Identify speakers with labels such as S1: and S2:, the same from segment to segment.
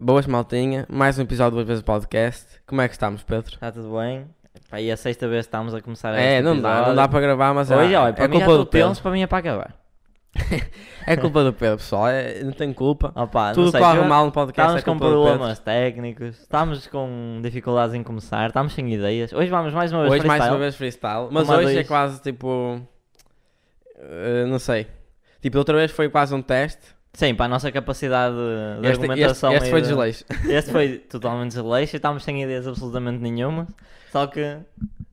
S1: Boas maltinha, mais um episódio do Duas Vezes Podcast. Como é que estamos, Pedro?
S2: Está Tá tudo bem? Pá, e a sexta vez que estamos a começar
S1: É,
S2: este
S1: não dá, não
S2: episódio.
S1: dá para gravar, mas
S2: Hoje,
S1: ah,
S2: olha, para
S1: é
S2: mim
S1: culpa do
S2: já estou
S1: Pedro.
S2: tenso, para mim é para acabar.
S1: É culpa do Pedro, pessoal. É- não tem culpa.
S2: Opa, Ah, não
S1: Tudo
S2: sei,
S1: corre
S2: já-
S1: mal no podcast.
S2: Estamos
S1: É
S2: com
S1: culpa do Pedro.
S2: problemas técnicos, estamos com dificuldades em começar, estamos sem ideias. Hoje vamos mais uma vez
S1: Hoje mais
S2: freestyle.
S1: uma vez freestyle. Mas
S2: Uma,
S1: hoje é
S2: dois.
S1: quase tipo. eh, não sei. Tipo, da outra vez foi quase um teste.
S2: Sim, para a nossa capacidade de de
S1: Este, este,
S2: argumentação.
S1: este
S2: e
S1: foi
S2: de-
S1: desleixo.
S2: Este foi totalmente desleixo, estávamos sem ideias absolutamente nenhuma. Só que,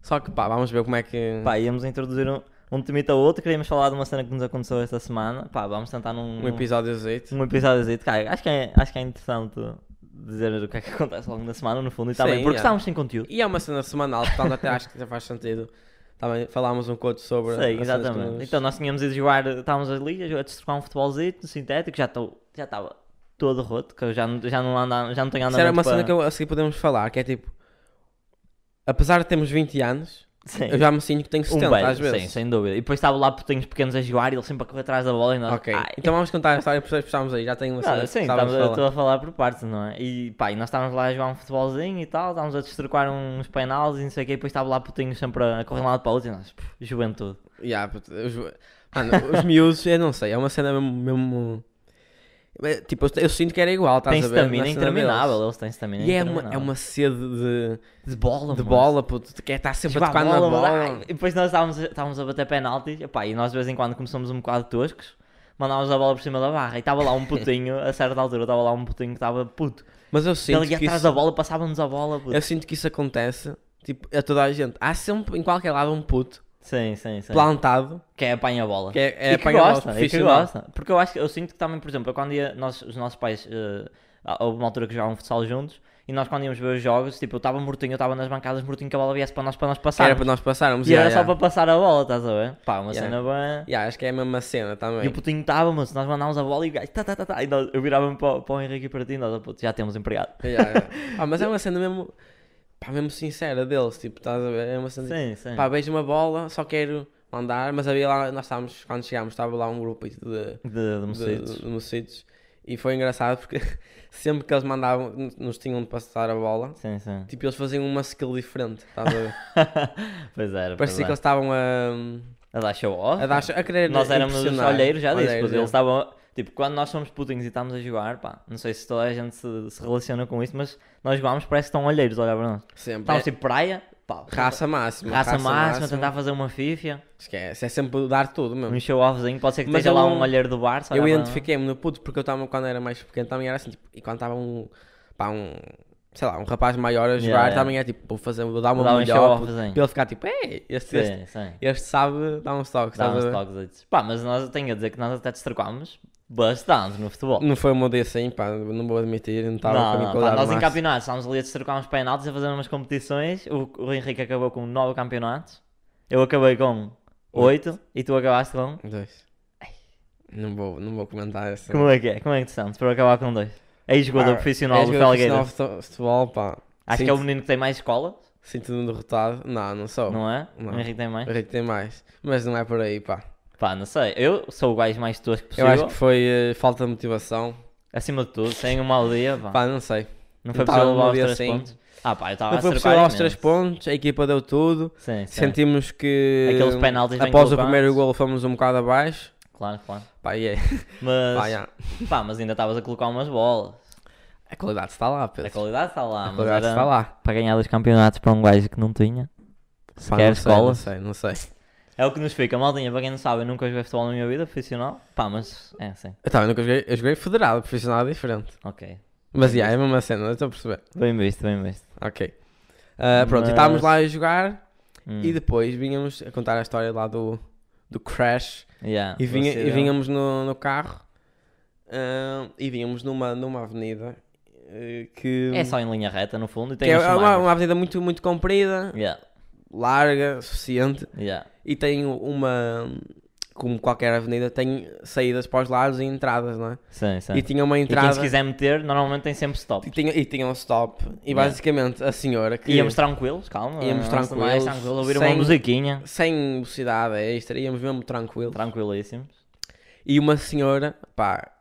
S1: Só que pá, vamos ver como é que.
S2: pá, íamos introduzir um, um temito a outro, queríamos falar de uma cena que nos aconteceu esta semana. Pá, vamos tentar num,
S1: um episódio 18.
S2: um episódio cara, acho que é, acho que é interessante dizer o que é que acontece ao longo da semana, no fundo, e também,
S1: Sim,
S2: porque
S1: é.
S2: estávamos sem conteúdo.
S1: E é uma cena semanal, portanto, até acho que já faz sentido. Também falámos um pouco sobre. as
S2: Sim,
S1: cenas que
S2: exatamente.
S1: nos-
S2: Então nós tínhamos ido jogar, estávamos ali a jogar- a destrocar um futebolzito sintético, já estou, já estava todo roto, que eu já, não- já não andava, já não tipo, ah. tenho
S1: Isso
S2: andamento
S1: era uma
S2: para...
S1: cena que eu, a seguir podemos falar, que é tipo. Apesar de termos 20 anos,
S2: Sim.
S1: eu já me sinto que tenho 70
S2: um velho,
S1: às vezes.
S2: sim, sem dúvida. E depois estava lá putinhos pequenos a jogar e ele sempre a correr atrás da bola e nós...
S1: Ok.
S2: Ai.
S1: Então vamos contar a história, depois fechamos aí. Já tenho uma cena.
S2: Ah,
S1: que
S2: sim,
S1: estávamos
S2: estamos,
S1: a
S2: eu
S1: falar.
S2: estou a falar por partes, não é? E pá, e nós estávamos lá a jogar um futebolzinho e tal, estávamos a destrocar uns penais e não sei o quê, e depois estava lá putinhos sempre a correr de um lado para o outro e nós, pff, juventude.
S1: Ya, puto, os, mano, os miúdos, eu não sei, é uma cena mesmo. mesmo- é, tipo, eu, eu sinto que era igual, estás
S2: Tem
S1: a ver?
S2: estamina
S1: na cena deles.
S2: interminável, eles têm estamina
S1: E é uma, é
S2: interminável.
S1: uma sede de,
S2: De bola,
S1: de
S2: mano.
S1: bola, puto, que está sempre a
S2: Jogar
S1: tocar na
S2: Tipo, bola,
S1: bola.
S2: mano. Ai, E depois nós estávamos, a- estávamos a bater penaltis, epá, e nós de vez em quando começamos um bocado toscos, mandávamos a bola por cima da barra, e estava lá um putinho, a certa altura estava lá um putinho que estava puto.
S1: Mas eu
S2: Ele
S1: sinto,
S2: ia
S1: que
S2: atrás
S1: isso,
S2: da bola, passávamos a bola, puto.
S1: eu sinto que isso acontece tipo, a toda a gente. Há sempre em qualquer lado um puto
S2: Sim, sim, sim.
S1: plantado
S2: Que é apanha a bola.
S1: que é, é
S2: e que
S1: apanhador
S2: gosta, e que
S1: profissional.
S2: gosta. Porque eu acho que eu sinto que também, por exemplo, eu quando ia, nós, os nossos pais, eh, houve uma altura que jogavam futsal juntos, e nós quando íamos ver os jogos, tipo, eu estava mortinho, eu estava nas bancadas, mortinho que a bola viesse para nós, para nós
S1: Que Era
S2: passarmos.
S1: para nós passarmos.
S2: E
S1: ya,
S2: era só
S1: ya.
S2: para passar a bola, estás a ver? Pá, uma
S1: Yeah.
S2: cena bem...
S1: Ya, acho que é a mesma cena também.
S2: E o putinho estava, mas nós mandámos a bola e o gajo, tá, tá, tá, tá. E nós- eu virava-me para, para o Henrique e para ti, e nós, "Oh, puto, já temos empregado.
S1: Ya, ya. Ah, mas é uma cena mesmo, pá, mesmo sincera deles, tipo, estás a ver? É uma cena
S2: Sim, sim.
S1: Pá, vejo uma bola, só quero mandar, mas havia lá, nós estávamos, quando chegámos, estava lá um grupo de, de,
S2: de, de
S1: de,
S2: Mercedes.
S1: de mocitos, e foi engraçado porque sempre que eles mandavam, n- nos tinham de passar a bola,
S2: Sim, sim.
S1: tipo, eles faziam uma skill diferente, estás a ver?
S2: pois era, pois
S1: Parecia que
S2: era.
S1: eles estavam a,
S2: A dar show off.
S1: a, dar, a querer
S2: Nós éramos
S1: impressionar.
S2: olheiros, já disse,
S1: Olheiros,
S2: pois,
S1: é.
S2: eles estavam... Tipo, quando nós somos putinhos e estamos a jogar, pá, não sei se toda a gente se, se relaciona com isso, mas nós jogámos, parece que estão olheiros, olha para nós.
S1: Sempre.
S2: Estávamos
S1: É,
S2: tipo praia, pá,
S1: raça máxima.
S2: raça máxima, tentar fazer uma fifia,
S1: Esquece, é sempre dar tudo mesmo.
S2: um show offzinho, pode ser que
S1: Mas
S2: esteja lá
S1: eu-
S2: um olheiro do bar, só
S1: Eu identifiquei-me no puto porque eu estava quando era mais pequeno também era assim, tipo, e quando estava um, pá, um, sei lá, um rapaz maior a jogar,
S2: yeah.
S1: também é tipo, vou fazer, vou dar uma
S2: Dá um
S1: melhor,
S2: show-off,
S1: puto,
S2: sim.
S1: para ele ficar tipo, ei, este, este,
S2: Sim, um sim.
S1: este sabe dar uns toques,
S2: Dá
S1: estás a
S2: uns
S1: ver?
S2: toques antes. Pá, mas nós, eu tenho a dizer que nós até destrocámos bastante no futebol.
S1: Não foi um dia assim, pá, não vou admitir, não estava com a
S2: não,
S1: minha
S2: não, pá,
S1: qualidade
S2: nós em
S1: máxima.
S2: campeonatos estávamos ali a destrucar uns penaltis, a fazer umas competições. O, o Henrique acabou com nove campeonatos. Eu acabei com oito e tu acabaste com.
S1: Dois. Não vou, não vou comentar essa.
S2: Como é que é? Como é que te sentes para acabar com dois? É jogador
S1: Pá,
S2: profissional
S1: Ah, és
S2: do
S1: jogador
S2: Felgueiras.
S1: profissional de fute- futebol, pá,
S2: Acho
S1: sinto,
S2: que é o menino que tem mais escola,
S1: Sinto-me derrotado, não, não sou.
S2: não é?
S1: Não.
S2: O Henrique tem mais?
S1: O Rico tem mais, mas não é por aí, pá.
S2: Pá, não sei. Eu sou o gajo mais tosco
S1: Eu
S2: possível.
S1: acho que foi eh, falta de motivação.
S2: Acima de tudo, sem uma aldeia, pá.
S1: Pá, não sei.
S2: não foi
S1: não tava
S2: possível levar
S1: num
S2: os
S1: dia
S2: três
S1: assim.
S2: pontos. Ah, pá, eu estava a
S1: Não foi
S2: destrucar
S1: possível aos três
S2: imenso.
S1: pontos, a equipa deu tudo.
S2: Sim, sim.
S1: Sentimos que
S2: Aqueles penaltis bem
S1: após o
S2: colocados.
S1: primeiro golo fomos um bocado abaixo.
S2: Claro, claro.
S1: Pá, e é.
S2: Mas,
S1: Pá, já.
S2: pá, mas ainda estavas a colocar umas bolas.
S1: A qualidade está lá, Pedro.
S2: A qualidade está lá,
S1: A
S2: mas
S1: qualidade
S2: era
S1: está lá.
S2: para ganhar dois campeonatos para um gajo que não tinha. Se
S1: Pá,
S2: quer
S1: não sei, não
S2: escola.
S1: sei, não sei.
S2: É o que nos fica. Maldinha, para quem não sabe, eu nunca joguei futebol na minha vida, profissional. Pá, mas é sim.
S1: Eu, também nunca joguei, eu joguei federado, profissional é diferente.
S2: Ok.
S1: Mas yeah, é a mesma cena, eu estou a perceber.
S2: Bem visto, bem visto.
S1: Ok. Ah, pronto, e
S2: Mas-
S1: estávamos lá a jogar
S2: Hum.
S1: e depois vínhamos a contar a história lá do, do crash
S2: Yeah,
S1: E, vinha-
S2: você
S1: e
S2: deu-
S1: vínhamos no, no carro ah, e vínhamos numa, numa avenida eh, que,
S2: É só em linha reta, no fundo, e
S1: que
S2: tem
S1: é
S2: uns
S1: uma,
S2: semáforos.
S1: uma avenida muito, muito comprida,
S2: Yeah,
S1: larga, suficiente
S2: yeah.
S1: e tem uma, como qualquer avenida, tem saídas para os lados e entradas, não é?
S2: Sim, sim.
S1: E
S2: E,
S1: tinha uma
S2: quem se
S1: entrada e,
S2: quiser meter, normalmente tem sempre stop.
S1: tinha, e tinha um stop. E
S2: Yeah.
S1: basicamente a senhora que
S2: Íamos tranquilos, calma.
S1: Íamos
S2: antes de
S1: tranquilos,
S2: mais, tranquilo, ouvir
S1: sem-
S2: uma musiquinha.
S1: sem é velocidade extra, íamos mesmo tranquilo.
S2: Tranquilíssimos.
S1: E uma senhora, pá,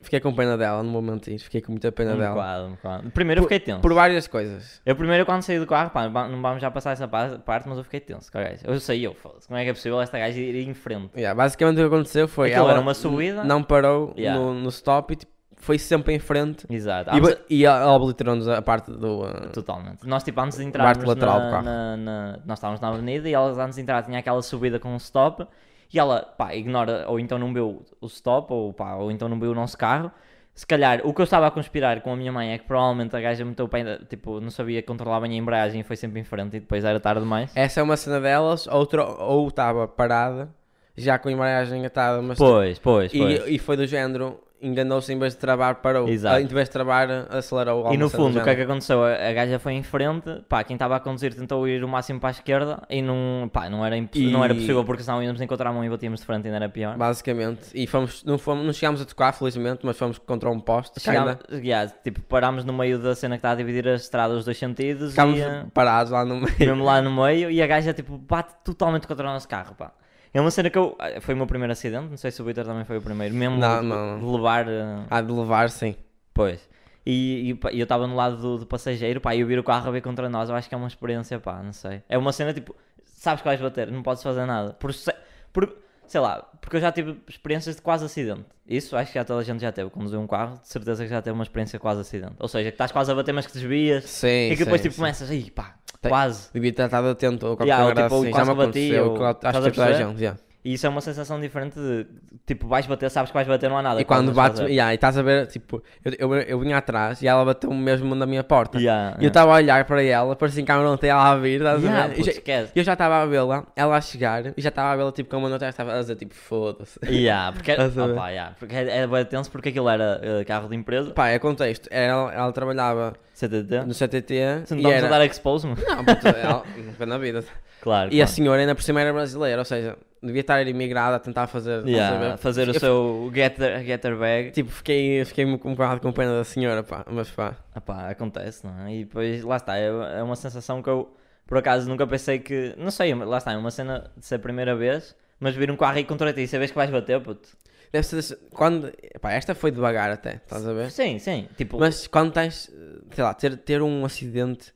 S1: Fiquei com pena dela, não vou mentir. Fiquei com muita pena
S2: Um
S1: dela.
S2: bocado, um bocado. Primeiro eu
S1: Por-
S2: fiquei tenso.
S1: Por várias coisas.
S2: Eu primeiro quando saí do carro, pá, ba- não vamos já passar essa pa- parte, mas eu fiquei tenso com a gaja. Eu saí, eu foda como é que é possível esta gaja ir em frente?
S1: Yeah, basicamente o que aconteceu foi
S2: Aquilo
S1: ela
S2: era uma subida.
S1: não parou
S2: Yeah. Tá,
S1: no, no stop e tipo, foi sempre em frente.
S2: Exato.
S1: E,
S2: Antes-
S1: ba- e ela ela obliterou-nos a parte do. ah,
S2: Totalmente. Nós, tipo, antes de entrarmos
S1: lateral do
S2: na,
S1: carro.
S2: na- na- Nós estávamos na avenida e ela, antes de entrar, tinha aquela subida com um stop. E ela, pá, ignora, ou então não viu o stop, ou pá, ou então não viu o nosso carro. Se calhar, o que eu estava a conspirar com a minha mãe é que provavelmente a gaja meteu o pé, ainda- tipo, não sabia controlar bem a embreagem e foi sempre em frente e depois era tarde demais.
S1: Essa é uma cena delas, outra ou estava parada, já com a embreagem atada, mas.
S2: Pois, pois, pois.
S1: E, e foi do género, enganou-se em vez de travar, parou.
S2: Exato.
S1: Ah, Em vez de travar, acelerou.
S2: E
S1: alguma cena
S2: no
S1: do
S2: fundo, o que é que
S1: género.
S2: aconteceu? A, a gaja foi em frente, pá, quem estava a conduzir tentou ir o máximo para a esquerda e não, pá, não era, imposs-
S1: E-
S2: não era possível porque senão íamos encontrar mão e batíamos de frente e ainda era pior.
S1: Basicamente. E fomos, não, fomos, não chegámos a tocar, felizmente, mas fomos contra um poste.
S2: Chegámos,
S1: Chegámos,
S2: yeah, tipo, parámos no meio da cena que está a dividir a estrada os dois sentidos
S1: ficámos
S2: e, eh,
S1: parados lá no meio.
S2: mesmo lá no meio e a gaja tipo bate totalmente contra o nosso carro, pá. É uma cena que eu... ah, Foi o meu primeiro acidente, não sei se o Vitor também foi o primeiro, mesmo
S1: Não,
S2: de,
S1: não.
S2: de levar... eh,
S1: Há de levar, sim.
S2: Pois. E, e, pá, eu estava no lado do, do passageiro, pá, e eu vir o carro a ver contra nós, eu acho que é uma experiência, pá, não sei. É uma cena tipo, sabes que vais bater, não podes fazer nada. Por, se- por- sei lá, porque eu já tive experiências de quase acidente. Isso acho que já toda a gente já teve. Conduzir um carro, de certeza que já teve uma experiência de quase acidente. Ou seja, que estás quase a bater, mas que desvias.
S1: Sim,
S2: e que depois
S1: sim,
S2: tipo
S1: sim.
S2: começas, aí pá,
S1: Tem-
S2: quase.
S1: Devia ter estado tá atento ou qualquer
S2: Yeah, ou
S1: merda
S2: tipo,
S1: assim. Já
S2: quase
S1: me
S2: bati,
S1: aconteceu.
S2: ou-
S1: que eu-
S2: estás
S1: Acho
S2: a
S1: que toda a
S2: perceber?
S1: gente, yeah.
S2: E isso é uma sensação diferente de, tipo, vais bater, sabes que vais bater, não há nada.
S1: E
S2: que podes
S1: quando bate,
S2: fazer.
S1: yeah, e estás a ver, tipo, eu, eu, eu vinha atrás e ela bateu mesmo na minha porta.
S2: Yeah,
S1: E eu
S2: yeah.
S1: estava a olhar para ela, parecia que a câmera não tem ela a vir, estás a
S2: Yeah,
S1: ver? E
S2: putz,
S1: já-
S2: esquece.
S1: E eu já estava a vê-la, ela a chegar, e já estava a vê-la tipo com a mão atrás, estava a dizer tipo, foda-se.
S2: Yeah, porque, é-
S1: Estás a ver?
S2: opa, yeah, porque era, era bué tenso porque aquilo era eh, carro de empresa,
S1: Pá, é contexto, ela, ela trabalhava
S2: CTT.
S1: no CTT
S2: Se não
S1: e
S2: estamos a
S1: era...
S2: dar expose me
S1: Não, puta, ela nunca na vida.
S2: Claro,
S1: E assim, a
S2: claro.
S1: senhora ainda por cima era brasileira, ou seja, devia estar imigrada a tentar fazer... estás a
S2: Yeah,
S1: ver?
S2: fazer o
S1: Eu-
S2: seu get their, get their bag.
S1: Tipo, fiquei, fiquei um bocado com pena da senhora, pá, mas pá.
S2: Opá, acontece, não é? E depois, lá está, é, é uma sensação que eu, por acaso, nunca pensei que... Não sei, lá está, é uma cena de ser a primeira vez, mas vir um carro aí contra ti, sabes que vais bater, puto?
S1: Deve ser. Quando. Pá, esta foi devagar até, estás a ver?
S2: Sim, sim, tipo...
S1: É? Mas quando tens. Sei lá, ter, ter um acidente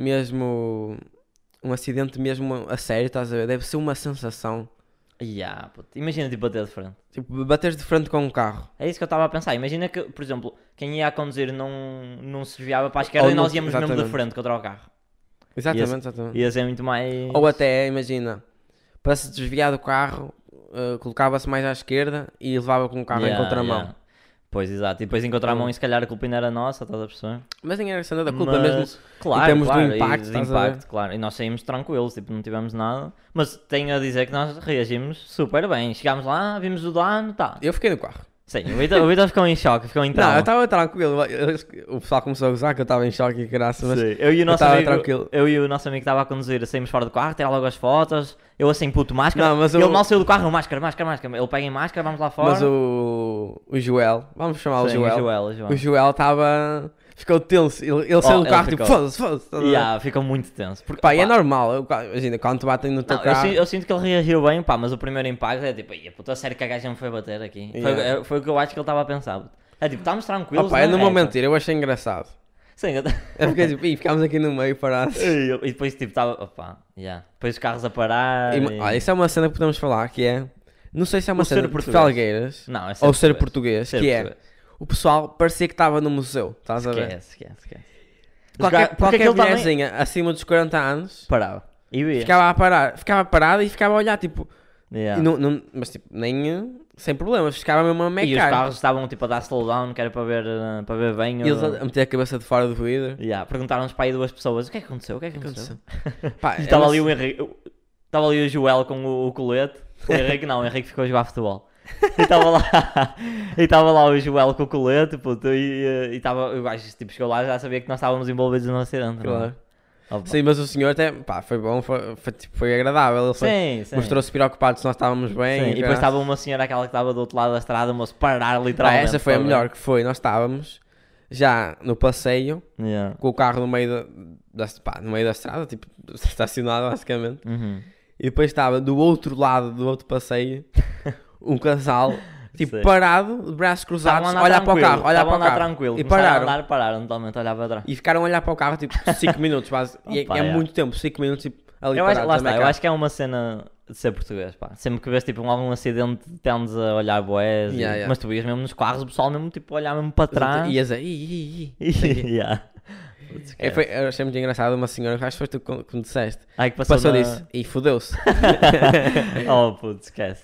S1: mesmo. Um acidente mesmo a sério, estás a ver? Deve ser uma sensação.
S2: Yeah, puto, imagina, tipo, bater de frente.
S1: Tipo, bateres de frente com um carro.
S2: É isso que eu estava a pensar. Imagina que, por exemplo, quem ia a conduzir não, não se desviava para a esquerda
S1: Ou
S2: e
S1: não-
S2: nós íamos mesmo de
S1: exatamente.
S2: frente contra o carro.
S1: Exatamente,
S2: Ia-
S1: exatamente.
S2: Ia ser muito mais.
S1: Ou é até, imagina, para se desviar do carro, eh, colocava-se mais à esquerda e levava com o carro
S2: Yeah,
S1: em contramão.
S2: yeah. Pois, exato. E depois em contramão, e se calhar a culpa ainda era nossa, estás a perceber?
S1: Mas nem era a cena da culpa mesmo.
S2: Claro,
S1: termos do
S2: claro,
S1: impacto,
S2: e, de
S1: estás a ver?
S2: impacto claro. E nós saímos tranquilos, tipo, não tivemos nada. Mas tenho a dizer que nós reagimos super bem. Chegámos lá, vimos o dano, tá.
S1: Eu fiquei no carro.
S2: Sim, o Vitor o Vitor ficou em choque, ficou em
S1: Não, eu
S2: trauma.
S1: estava tranquilo. eu- O pessoal começou a gozar que eu estava em choque e graça, mas
S2: Sim, eu e o nosso
S1: tava
S2: amigo,
S1: tranquilo.
S2: eu e o nosso amigo que estava a conduzir, saímos fora do carro, tirar logo as fotos, eu assim puto máscara,
S1: Não, mas
S2: ele
S1: eu-
S2: mal saiu do carro, eu, máscara, máscara, máscara, ele pega em máscara, vamos lá fora.
S1: Mas o, o Joel, vamos chamar o
S2: Sim,
S1: Joel.
S2: o Joel, o Joel.
S1: O Joel estava. Ficou tenso. Ele, ele saiu do
S2: ele
S1: carro tipo,
S2: ficou.
S1: foda-se, foda-se. estás a ver?
S2: é Yeah, ficou muito tenso. Porque,
S1: Pá, e é
S2: pá,
S1: normal. eu- Imagina, quando te batem no teu
S2: não, eu,
S1: carro.
S2: sinto, eu sinto que ele reagiu bem, pá, mas o primeiro impacto é tipo, ia puta, a sério que a gaja me foi bater aqui. Foi-
S1: Yeah.
S2: é- Foi, o que eu acho que ele estava a pensar. puto. É tipo, estamos
S1: Ah,
S2: tranquilos.
S1: pá, eu não vou
S2: é?
S1: mentir, eu achei engraçado.
S2: Sim, eu...
S1: Eu fiquei tipo, "Ih, ficámos aqui no meio parados. E,
S2: e eu- e depois tipo, estava, opá, yeah. Depois os carros a parar. e-
S1: olha, isso é uma cena que podemos falar, que é. Não sei se é uma
S2: O ser
S1: cena de
S2: português.
S1: Felgueiras
S2: Não, é
S1: ou ser português,
S2: Ser
S1: que
S2: português.
S1: é. O pessoal parecia que estava no museu, estás a ver?
S2: Esquece, esquece, esquece. Os
S1: Qualquer,
S2: ga- porque
S1: qualquer
S2: aquilo também-
S1: mulherzinha acima dos 40 anos
S2: Parava. E via.
S1: ficava, a parar, ficava parada e ficava a olhar, tipo,
S2: Yeah.
S1: E não- não- mas tipo, nem eh, sem problemas, ficava mesmo a
S2: E os
S1: mecar.
S2: carros estavam tipo a dar slowdown, que era para ver, eh, para ver bem.
S1: E
S2: o-
S1: eles a a meter a cabeça de fora do vidro.
S2: Yeah, Perguntaram-nos para aí duas pessoas: o que é que aconteceu? O que é que aconteceu?
S1: Pá,
S2: E
S1: é
S2: estava
S1: uma-
S2: ali o Henrique. o- Estava ali o Joel com o, o colete. O Henrique não, o Henrique ficou a jogar futebol. E estava lá, e estava lá o Joel com o colete, puto, e eh, e estava, o gajo tipo, chegou lá e já sabia que nós estávamos envolvidos no acidente. não é?
S1: Claro.
S2: Opa.
S1: Sim, mas o senhor até, pá, foi bom, foi, foi, tipo, foi agradável. Ele foi-
S2: Sim, sim.
S1: mostrou-se preocupado se nós estávamos
S2: Sim,
S1: bem.
S2: E depois estava uma senhora, aquela que estava do outro lado da estrada, o moço parar
S1: Pá,
S2: literalmente.
S1: Ah, essa foi a
S2: para ver.
S1: melhor que foi. Nós estávamos já no passeio,
S2: Yeah.
S1: com o carro no meio da, da- pá, no meio da estrada, tipo, estacionado basicamente.
S2: Uhum.
S1: E depois estava do outro lado do outro passeio, um casal, Tipo,
S2: Sim.
S1: parado, de braços cruzados,
S2: Estavam a andar
S1: olhar para o
S2: tranquilo,
S1: carro, olhar para
S2: estavam a
S1: o
S2: andar
S1: carro.
S2: tranquilo.
S1: E
S2: Começaram a
S1: pararam.
S2: andar, pararam totalmente a olhar para trás.
S1: E ficaram a olhar para o carro tipo 5 minutos, quase. E é,
S2: Opa,
S1: é
S2: yeah.
S1: muito tempo, 5 minutos tipo, ali
S2: Eu acho,
S1: parados
S2: lá
S1: a
S2: está, eu
S1: mecar.
S2: acho que é uma cena de ser português, pá. Sempre que vês tipo um- algum acidente, tendes a olhar boés,
S1: Yeah, yeah.
S2: mas tu vias mesmo nos carros o pessoal mesmo tipo a olhar mesmo para trás.
S1: E é as aí, ih, ih, ih.
S2: yeah. Putz,
S1: É, foi- Eu achei muito engraçado uma senhora, acho que foste tu que que me disseste.
S2: Ai, que passou,
S1: Passou
S2: na-
S1: disso e fodeu-se.
S2: oh, puto, esquece.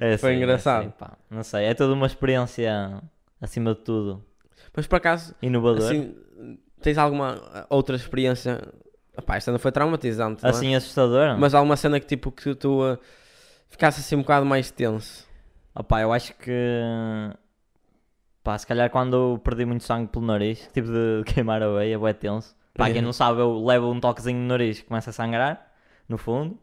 S2: É
S1: Foi
S2: assim, é
S1: engraçado.
S2: assim, pá. Não sei, é toda uma experiência, acima de tudo,
S1: Mas por acaso,
S2: inovadora. Assim,
S1: assim, tens alguma ah, outra experiência? Pá, esta não foi traumatizante, não
S2: Assim
S1: é?
S2: assustadora. Mas...
S1: Mas há uma cena que tipo que tu ah, ficasse assim um bocado mais tenso.
S2: Opá, eu acho que... Pá, se calhar quando eu perdi muito sangue pelo nariz, tipo de queimar a veia, é tenso. Pá, quem não sabe, eu levo um toquezinho no nariz que começa a sangrar, no fundo.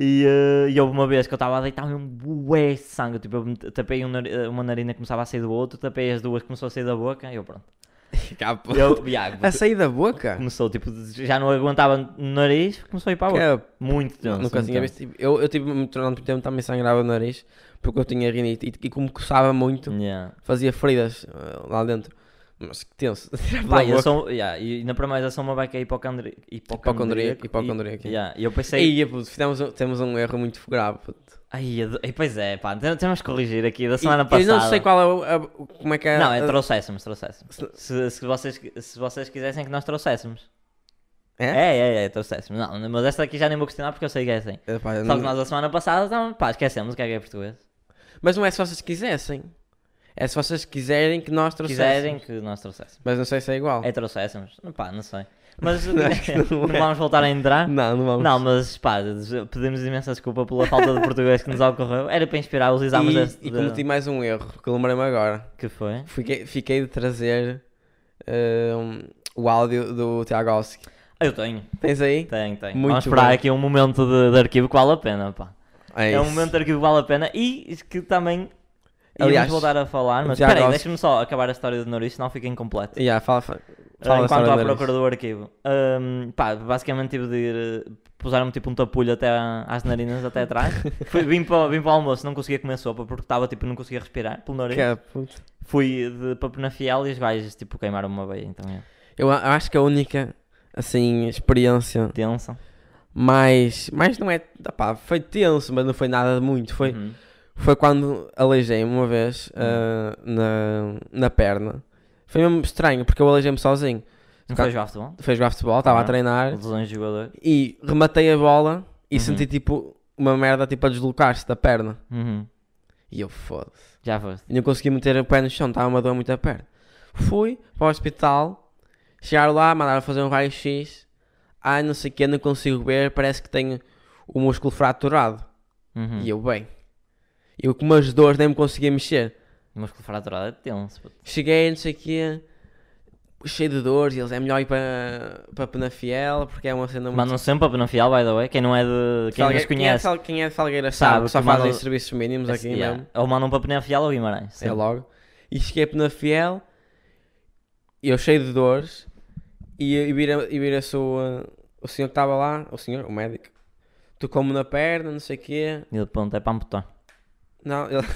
S2: E, eh, e houve uma vez que eu estava a deitar um bué de sangue. Tipo, eu me- tapei um nari- uma narina que começava a sair do outro, tapei as duas que começou a sair da boca e eu pronto. Eu, yeah,
S1: A sair da boca?
S2: Começou, tipo, já não aguentava no nariz, começou a ir para a boca.
S1: Que é
S2: Muito tenso.
S1: Nunca
S2: muito
S1: tinha
S2: tenso.
S1: visto. Tipo, Eu, eu tive muito durante muito tempo também sangrava o nariz porque eu tinha rinite e, e como coçava muito,
S2: Yeah.
S1: fazia feridas ah, lá dentro. Mas que tenso.
S2: Pá, eu sou, yeah, e na primeira eu sou uma beca hipocondri...
S1: Hipocondríaco,
S2: hipocondríaco.
S1: hipocondríaco,
S2: E,
S1: é.
S2: yeah, e eu
S1: E
S2: pensei.
S1: aí, puto, fizemos um- temos um erro muito grave. Puto.
S2: Ai, eu- e pois é, pá, tem- temos que corrigir aqui da
S1: E-
S2: semana
S1: Eu
S2: passada.
S1: não sei qual é o. a- o- como é que é.
S2: Não, é
S1: a-
S2: trouxéssemos, trouxéssemos. Se, se, vocês, se vocês quisessem que nós trouxéssemos.
S1: É?
S2: É, é, é, trouxéssemos. Não, mas esta aqui já nem vou questionar porque eu sei que é assim.
S1: Eh, pá, eu
S2: Só
S1: não-
S2: que nós a semana passada, então, pá, esquecemos o que é que é português.
S1: Mas não é se vocês quisessem. É se vocês quiserem que nós trouxéssemos.
S2: Quiserem que nós trouxéssemos.
S1: Mas não sei se é igual.
S2: É trouxéssemos. Pá, não sei. Mas
S1: Acho que não
S2: não,
S1: é.
S2: vamos voltar a entrar.
S1: Não, não vamos.
S2: tá? Não, mas pá, pedimos imensa desculpa pela falta de português que nos ocorreu. Era para inspirar os exames
S1: e,
S2: desse-
S1: e
S2: de-
S1: cometi mais um erro, que lembrei-me agora.
S2: que foi.
S1: Fiquei, fiquei de trazer eh, um, o áudio do Tiago Alski.
S2: Ah, Eu tenho,
S1: Tens aí?
S2: tenho, tenho.
S1: Muito
S2: vamos esperar
S1: bem.
S2: aqui um momento de, de arquivo que vale a pena, pá. É, um
S1: isso.
S2: momento de arquivo que vale a pena e que também.
S1: Aliás,
S2: Aliás, voltar a falar, mas
S1: Tiago
S2: espera aí,
S1: Alves-
S2: deixa-me só acabar a história do Noriz, senão fica incompleto.
S1: Yeah, fala, fala,
S2: Ah,
S1: fala
S2: enquanto
S1: a
S2: à
S1: história
S2: procura
S1: deles.
S2: do arquivo. Ahm, pá, basicamente tive de ir. eh, Puseram-me tipo um tapulho até à- às narinas, até atrás. Fui, vim, para, vim para o almoço, não conseguia comer sopa porque estava tipo, não conseguia respirar pelo nariz.
S1: Que é, puto.
S2: Fui de Papenafiel e os gajos tipo queimaram uma veia, então é
S1: Eu a- acho que a única assim, experiência
S2: tensa.
S1: mais. mais não é. Pá, foi tenso, mas não foi nada de muito. Foi,
S2: Uhum.
S1: foi quando aleijei-me uma vez ah, na, na perna. Foi mesmo estranho, porque eu aleijei-me sozinho.
S2: Não foi jogar futebol?
S1: Fez jogar futebol, estava a
S2: Ah.
S1: treinar.
S2: Lesões de jogador.
S1: e rematei a bola e
S2: Uhum.
S1: senti tipo uma merda tipo a deslocar-se da perna.
S2: Uhum.
S1: E eu foda-se.
S2: Já foste.
S1: E não consegui meter o pé no chão, estava uma dor muito a perna. Fui para o hospital, chegaram lá, mandaram fazer um raio-x. Ai, não sei o que, não consigo ver, parece que tenho o músculo fraturado.
S2: Uhum.
S1: E eu, bem. Eu com umas dores nem me conseguia mexer.
S2: O músculo fraturado é tenso. puto.
S1: Cheguei, não sei o quê, cheio de dores. E eles, é melhor ir para, para Penafiel, porque é uma cena muito
S2: Mandam sempre para Penafiel, by the way. Quem não é de. Quem
S1: Salgue-
S2: nos conhece.
S1: Quem é, de Sal- quem é de Salgueira
S2: Sabe
S1: sabe, que só
S2: que manda-
S1: fazem serviços mínimos aqui
S2: Yeah.
S1: mesmo.
S2: Ou mandam para Penafiel ou Guimarães.
S1: É
S2: sempre.
S1: logo. E cheguei na Fiel, eu cheio de dores, e, e vira- e vira-se o, uh, o senhor que estava lá, o senhor, o médico, tocou-me na perna, não sei o quê.
S2: E de ponto é para amputar.
S1: Não, ele.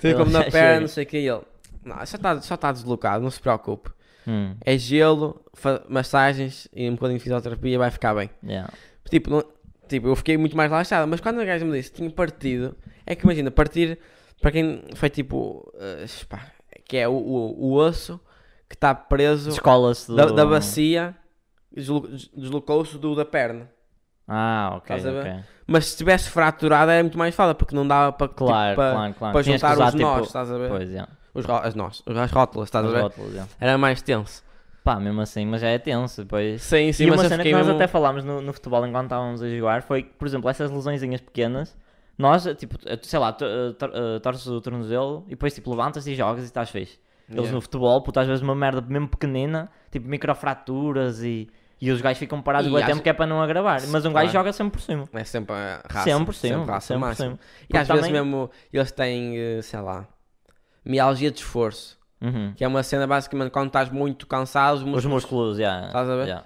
S1: tocou-me na perna,
S2: já chega.
S1: não sei o quê. E ele, não, só está só tá deslocado, não se preocupe.
S2: Hum.
S1: É gelo, fa- massagens e um bocadinho de fisioterapia, vai ficar bem.
S2: Yeah.
S1: Tipo, não- tipo, eu fiquei muito mais laxado, mas quando o gajo me disse que tinha partido, é que imagina, partir, para quem foi tipo, eh, pá, que é o, o- o osso que está preso
S2: Descola-se do...
S1: da, da bacia, deslo- des- deslocou-se do da perna.
S2: Ah, ok.
S1: Estás a ver? Tipo,
S2: ok.
S1: Mas se estivesse fraturado era muito mais foda, porque não dava para tipo,
S2: Claro,
S1: para-
S2: claro, claro.
S1: para
S2: Tinhas que
S1: juntar
S2: usar,
S1: os nós,
S2: tipo...
S1: estás a ver?
S2: Pois, yeah.
S1: Os, ró- as nós, os- as rótulas, estás
S2: Os
S1: a ver?
S2: rótulos, yeah.
S1: Era mais tenso.
S2: Pá, mesmo assim, mas já é tenso, pois...
S1: Sim, sim,
S2: e
S1: mas
S2: uma
S1: eu
S2: cena que
S1: fiquei
S2: nós
S1: mesmo-
S2: até falámos no, no futebol enquanto estávamos a jogar foi, que, por exemplo, essas lesõezinhas pequenas, nós, eh, tipo, eh, sei lá, to- eh, tor- eh, torces o tornozelo e depois, tipo, levantas e jogas e estás fixe. Eles
S1: Yeah.
S2: no futebol, puto, às vezes uma merda mesmo pequenina, tipo, microfraturas e, e os gajos ficam parados
S1: E
S2: o
S1: às-
S2: tempo que é para não agravar. Mas um
S1: Claro.
S2: gajo joga sempre por cima.
S1: É sempre a raça.
S2: sempre por cima,
S1: Sempre raça
S2: sempre por
S1: máxima.
S2: cima.
S1: E
S2: Porque
S1: às
S2: também-
S1: vezes mesmo eles têm, eh, sei lá, mialgia de esforço,
S2: Uhum.
S1: que é uma cena basicamente quando estás muito cansado, os
S2: Os
S1: músculos-
S2: músculos, já.
S1: Estás a ver?
S2: já.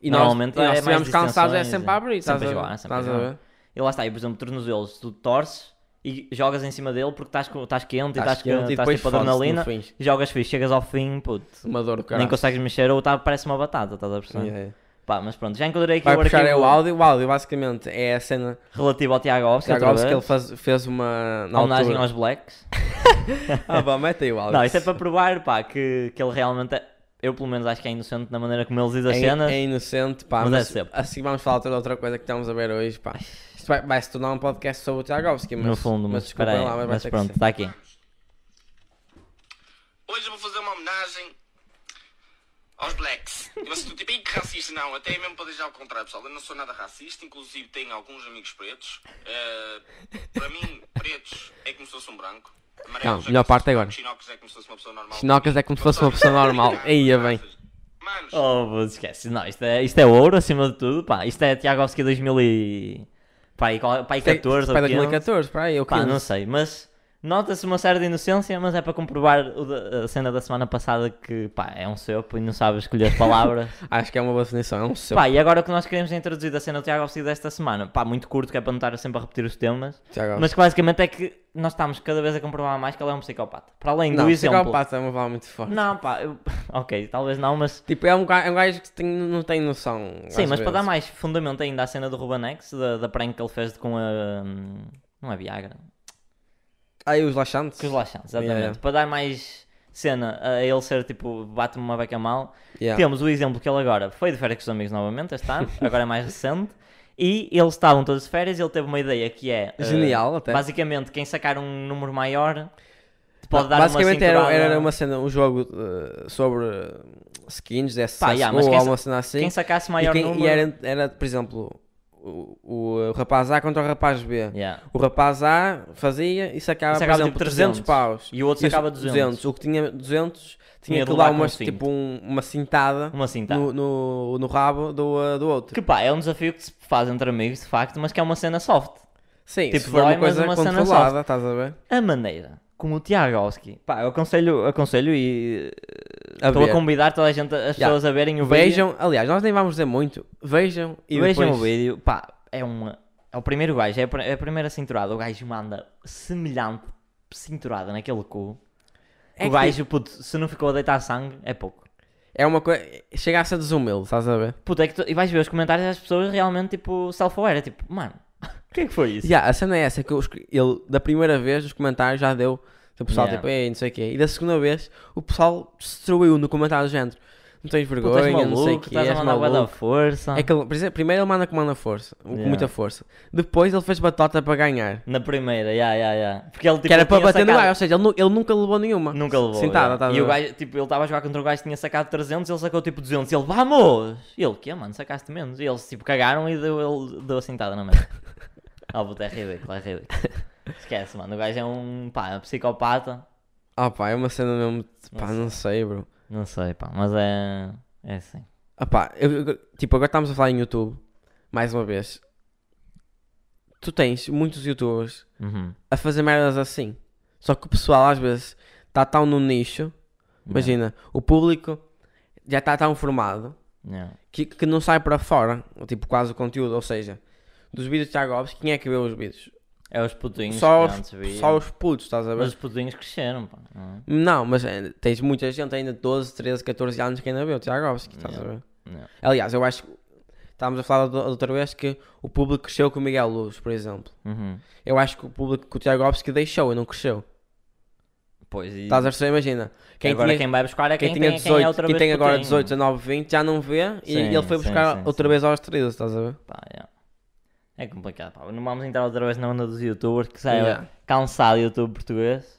S1: e nós,
S2: normalmente
S1: e nós
S2: é mais
S1: estivemos cansados é
S2: distensões,
S1: sempre a abrir,
S2: sempre
S1: estás a
S2: a
S1: ver?
S2: jogar, sempre a
S1: Estás a
S2: jogar.
S1: ver?
S2: E lá está, e por exemplo, tornozelos, tu torces e e jogas em cima dele porque estás, com- estás quente
S1: Estás
S2: e estás,
S1: quente
S2: com
S1: e
S2: estás
S1: depois
S2: tipo
S1: fodes-te no
S2: adrenalina
S1: fim.
S2: e jogas fixe, chegas ao fim, puto,
S1: Uma dor do caralho.
S2: nem consegues mexer ou tá, parece uma batata, estás a perceber?
S1: Yeah, yeah.
S2: Pá, mas pronto, já encontrei aqui
S1: Vai
S2: o
S1: puxar é
S2: arquivo
S1: o áudio. O áudio basicamente é a cena
S2: relativo ao Tiago Alves,
S1: que agora que ele
S2: ele
S1: faz- fez uma. Na
S2: é homenagem
S1: altura.
S2: aos Blacks.
S1: Ah, vá, mete aí o áudio.
S2: Não, isso é para provar, pá, que, que ele realmente é, eu pelo menos acho que é inocente na maneira como ele diz as
S1: É-
S2: cenas.
S1: É inocente, pá.
S2: Mas
S1: Mas,
S2: é sempre.
S1: assim vamos falar toda outra coisa que estamos a ver hoje, pá. Isto vai, vai se tornar um podcast sobre o Tiagovski, mas.
S2: no fundo, mas, espera aí,
S1: desculpem lá, mas, vai
S2: mas
S1: ter que
S2: pronto,
S1: ser.
S2: está aqui.
S3: Hoje eu vou fazer uma homenagem aos blacks. E vocês estão tipo, "Ih, que racista, não. Até é mesmo para deixar ao contrário, pessoal. Eu não sou nada racista, inclusive tenho alguns amigos pretos. Eh, para mim, pretos é como se fosse um branco. Amarelo
S1: Calma,
S3: é
S1: melhor
S3: como se
S1: parte
S3: fosse-
S1: agora.
S3: Chinocas é como se fosse uma pessoa normal.
S1: Chinocas é como se fosse uma pessoa normal. Aí, é bem.
S3: um Manos,
S2: Oh, mas esquece, não, isto é, isto é ouro acima de tudo, pá, iá, isto é Tiagovski 2000 e... pá, e, qual- pá,
S1: é-
S2: e 14
S1: Espera
S2: ou 15,
S1: 2014, pá, aí, o
S2: pá,
S1: 15.
S2: não sei, mas nota-se uma certa inocência, mas é para comprovar o da- a cena da semana passada que, pá, é um sopo e não sabe escolher as palavras.
S1: Acho que é uma boa definição, é um seu.
S2: Pá, e agora o que nós queremos é introduzir da cena do Tiago Alves desta semana. Pá, muito curto, que é para não estar sempre a repetir os temas.
S1: Tiago
S2: Mas que basicamente é que nós estamos cada vez a comprovar mais que ele é um psicopata. Para além do
S1: Não,
S2: exemplo.
S1: psicopata é uma palavra muito forte.
S2: Não, pá, eu- ok, talvez não, mas.
S1: Tipo, é um ga- é um gajo que tem- não tem noção.
S2: Sim,
S1: às
S2: mas para dar
S1: vezes.
S2: mais fundamento ainda à cena do Rubanex, da, da prank que ele fez com a. hum, Não é Viagra.
S1: Aí os laxantes.
S2: Com os laxantes,
S1: Yeah,
S2: exatamente.
S1: yeah.
S2: Para dar mais cena a ele ser tipo, bate-me uma beca mal.
S1: Yeah.
S2: Temos o exemplo que ele agora foi de férias com os amigos novamente, este ano, agora é mais recente. E eles estavam todos de férias e ele teve uma ideia que é. eh,
S1: Genial, até.
S2: Basicamente, quem sacar um número maior te pode
S1: Não,
S2: dar uma
S1: Basicamente era,
S2: cinturada-
S1: era uma cena, um jogo uh, sobre uh, skins, desse
S2: Pá,
S1: Pá,
S2: yeah, mas
S1: ou
S2: quem
S1: alguma
S2: sa-
S1: cena assim.
S2: Quem sacasse
S1: e,
S2: maior
S1: quem- e
S2: número.
S1: era, era, por exemplo, o, o, uh, rapaz A contra o rapaz B.
S2: Yeah.
S1: O rapaz A fazia e sacava,
S2: E sacava,
S1: por
S2: tipo,
S1: exemplo, 300 paus.
S2: E o outro
S1: os-
S2: sacava 200.
S1: O que tinha 200 tinha,
S2: Tinha de
S1: que dar
S2: levar com um
S1: umas,
S2: cinto.
S1: tipo, um- uma cintada,
S2: Uma cintada.
S1: No, no, no rabo do, uh, do outro.
S2: Que pá, é um desafio que se faz entre amigos, de facto, mas que é uma cena soft.
S1: Sim,
S2: tipo,
S1: se for
S2: dói,
S1: uma
S2: mas
S1: coisa
S2: uma cena
S1: controlada, estás a ver?
S2: A maneira como o Tiagovski. Pá, eu aconselho, aconselho e. eh,
S1: A
S2: Estou a
S1: ver.
S2: convidar toda a gente, as
S1: Yeah.
S2: pessoas a verem o vídeo.
S1: Vejam, aliás, nós nem vamos dizer muito. Vejam e
S2: Vejam
S1: depois...
S2: o vídeo, pá, é uma. É o primeiro gajo, é a pri- é a primeira cinturada. O gajo manda semelhante cinturada naquele cu.
S1: É
S2: o
S1: que-
S2: gajo, puto, se não ficou a deitar sangue, é pouco.
S1: É uma coisa. Chega a ser desumilde, estás a ver?
S2: Puto, é que tu... e vais ver os comentários das pessoas realmente, tipo, self-aware. É tipo, mano, o que é que foi isso?
S1: Yeah, a cena é essa que eu escre- ele, da primeira vez, nos comentários já deu. O pessoal
S2: Yeah.
S1: tipo, ei, não sei o quê. E da segunda vez, o pessoal destruiu no comentário do género. Não tens
S2: Puto, és
S1: vergonha,
S2: maluco,
S1: não sei o quê.
S2: estás a
S1: És
S2: mandar bué da
S1: maluco.
S2: força.
S1: É que ele- por exemplo, primeiro ele manda com manda força, com
S2: Yeah.
S1: muita força. Depois ele fez batota para ganhar.
S2: Na primeira, ya, ya, ya. Porque ele, tipo,
S1: que era
S2: ele
S1: para
S2: tinha
S1: bater no
S2: sacado-
S1: ar, ou seja, ele, nu- ele nunca levou nenhuma.
S2: Nunca levou.
S1: Sentada,
S2: ya.
S1: estás
S2: e
S1: a
S2: o
S1: ver?
S2: gajo, tipo, ele estava a jogar contra um gajo que tinha sacado 300, ele sacou tipo 200. E ele, vamos! E ele, que mano, sacaste menos. E eles, tipo, cagaram e deu, ele deu a sentada na mesa. Ah, puta, é ridículo, é ridículo. Esquece, mano, o gajo é um, pá, é um psicopata.
S1: Ah pá, é uma cena mesmo. de- Pá,
S2: Nossa.
S1: não sei, bro.
S2: Não sei, pá, mas é. É assim.
S1: Ah pá, eu- eu- tipo, agora estamos a falar em YouTube, mais uma vez. Tu tens muitos youtubers
S2: Uhum.
S1: a fazer merdas assim. Só que o pessoal às vezes está tão no nicho, imagina, o público já está tão formado
S2: Yeah.
S1: que, que não sai para fora, ou tipo, quase o conteúdo. Ou seja, dos vídeos de Tiago Alves, quem é que vê os vídeos?
S2: É os putinhos
S1: Só
S2: que
S1: os,
S2: antes viam.
S1: só os putos, estás a ver?
S2: Mas os putinhos cresceram, pá. não é?
S1: Não, mas eh, tens muita gente ainda de 12, 13, 14 anos que ainda vê o Tiago Alves, que estás a ver?
S2: Yeah.
S1: Aliás, eu acho que estávamos a falar da outra vez que o público cresceu com o Miguel Luz, por exemplo.
S2: Uhum.
S1: Eu acho que o público que o Tiago Alves que deixou e não cresceu.
S2: Pois, e
S1: Estás a perceber? Imagina. Quem
S2: agora
S1: tinha,
S2: quem vai buscar é
S1: quem
S2: quem,
S1: tinha
S2: tem,
S1: 18,
S2: quem é
S1: quem,
S2: outra vez
S1: tem agora
S2: putinho.
S1: 18, 19, 20, já não vê e
S2: Sim,
S1: ele foi
S2: sim,
S1: buscar
S2: sim,
S1: outra
S2: sim.
S1: vez aos 13, estás a ver?
S2: Pá, yeah. É complicado, pá. Não vamos entrar outra vez na onda dos youtubers que saiu
S1: Yeah.
S2: cansado YouTube português.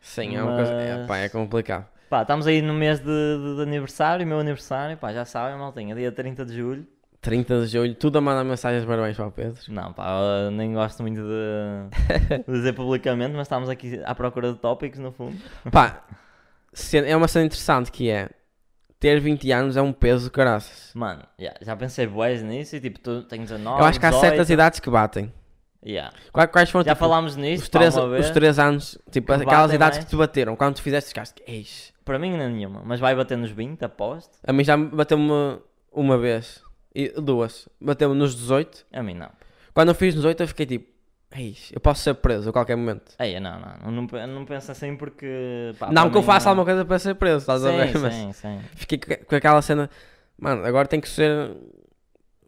S1: Sim, é uma coisa. É,
S2: Mas-
S1: pá, é complicado.
S2: Pá, estamos aí no mês de, de- de aniversário, meu aniversário, pá, já sabem, maltinha, dia 30 de julho.
S1: 30 de julho, tudo a mandar mensagens de parabéns para o Pedro.
S2: Não, pá, eu nem gosto muito de, de dizer publicamente, mas estamos aqui à procura de tópicos, no fundo.
S1: Pá, cena- é uma cena interessante que é ter 20 anos é um peso do caraças.
S2: Mano, yeah, já pensei boés nisso e tipo, tu, tenho 19,
S1: Eu acho que há
S2: 18,
S1: certas idades que batem.
S2: yeah.
S1: Qua- Quais foram
S2: Já
S1: tipo,
S2: falámos nisso,
S1: os
S2: pá,
S1: três,
S2: uma vez.
S1: os três anos, tipo,
S2: Que
S1: aquelas
S2: batem né?
S1: idades
S2: mais.
S1: que te bateram, quando tu fizeste, ficaste, eis.
S2: Para mim não é nenhuma, mas vai bater nos 20, aposto.
S1: A mim já me bateu-me uma vez, e duas, bateu-me nos 18.
S2: A mim não.
S1: Quando eu fiz 18, eu fiquei tipo, Ei, eu posso ser preso a qualquer momento.
S2: Ei, não, não, não, não, pe- não penso assim porque. pá,
S1: não
S2: para
S1: que eu
S2: mim
S1: faça
S2: não-
S1: alguma coisa para ser preso, estás a ver?
S2: Sim,
S1: Mas
S2: sim, sim.
S1: fiquei co- com aquela cena. Mano, agora tem que ser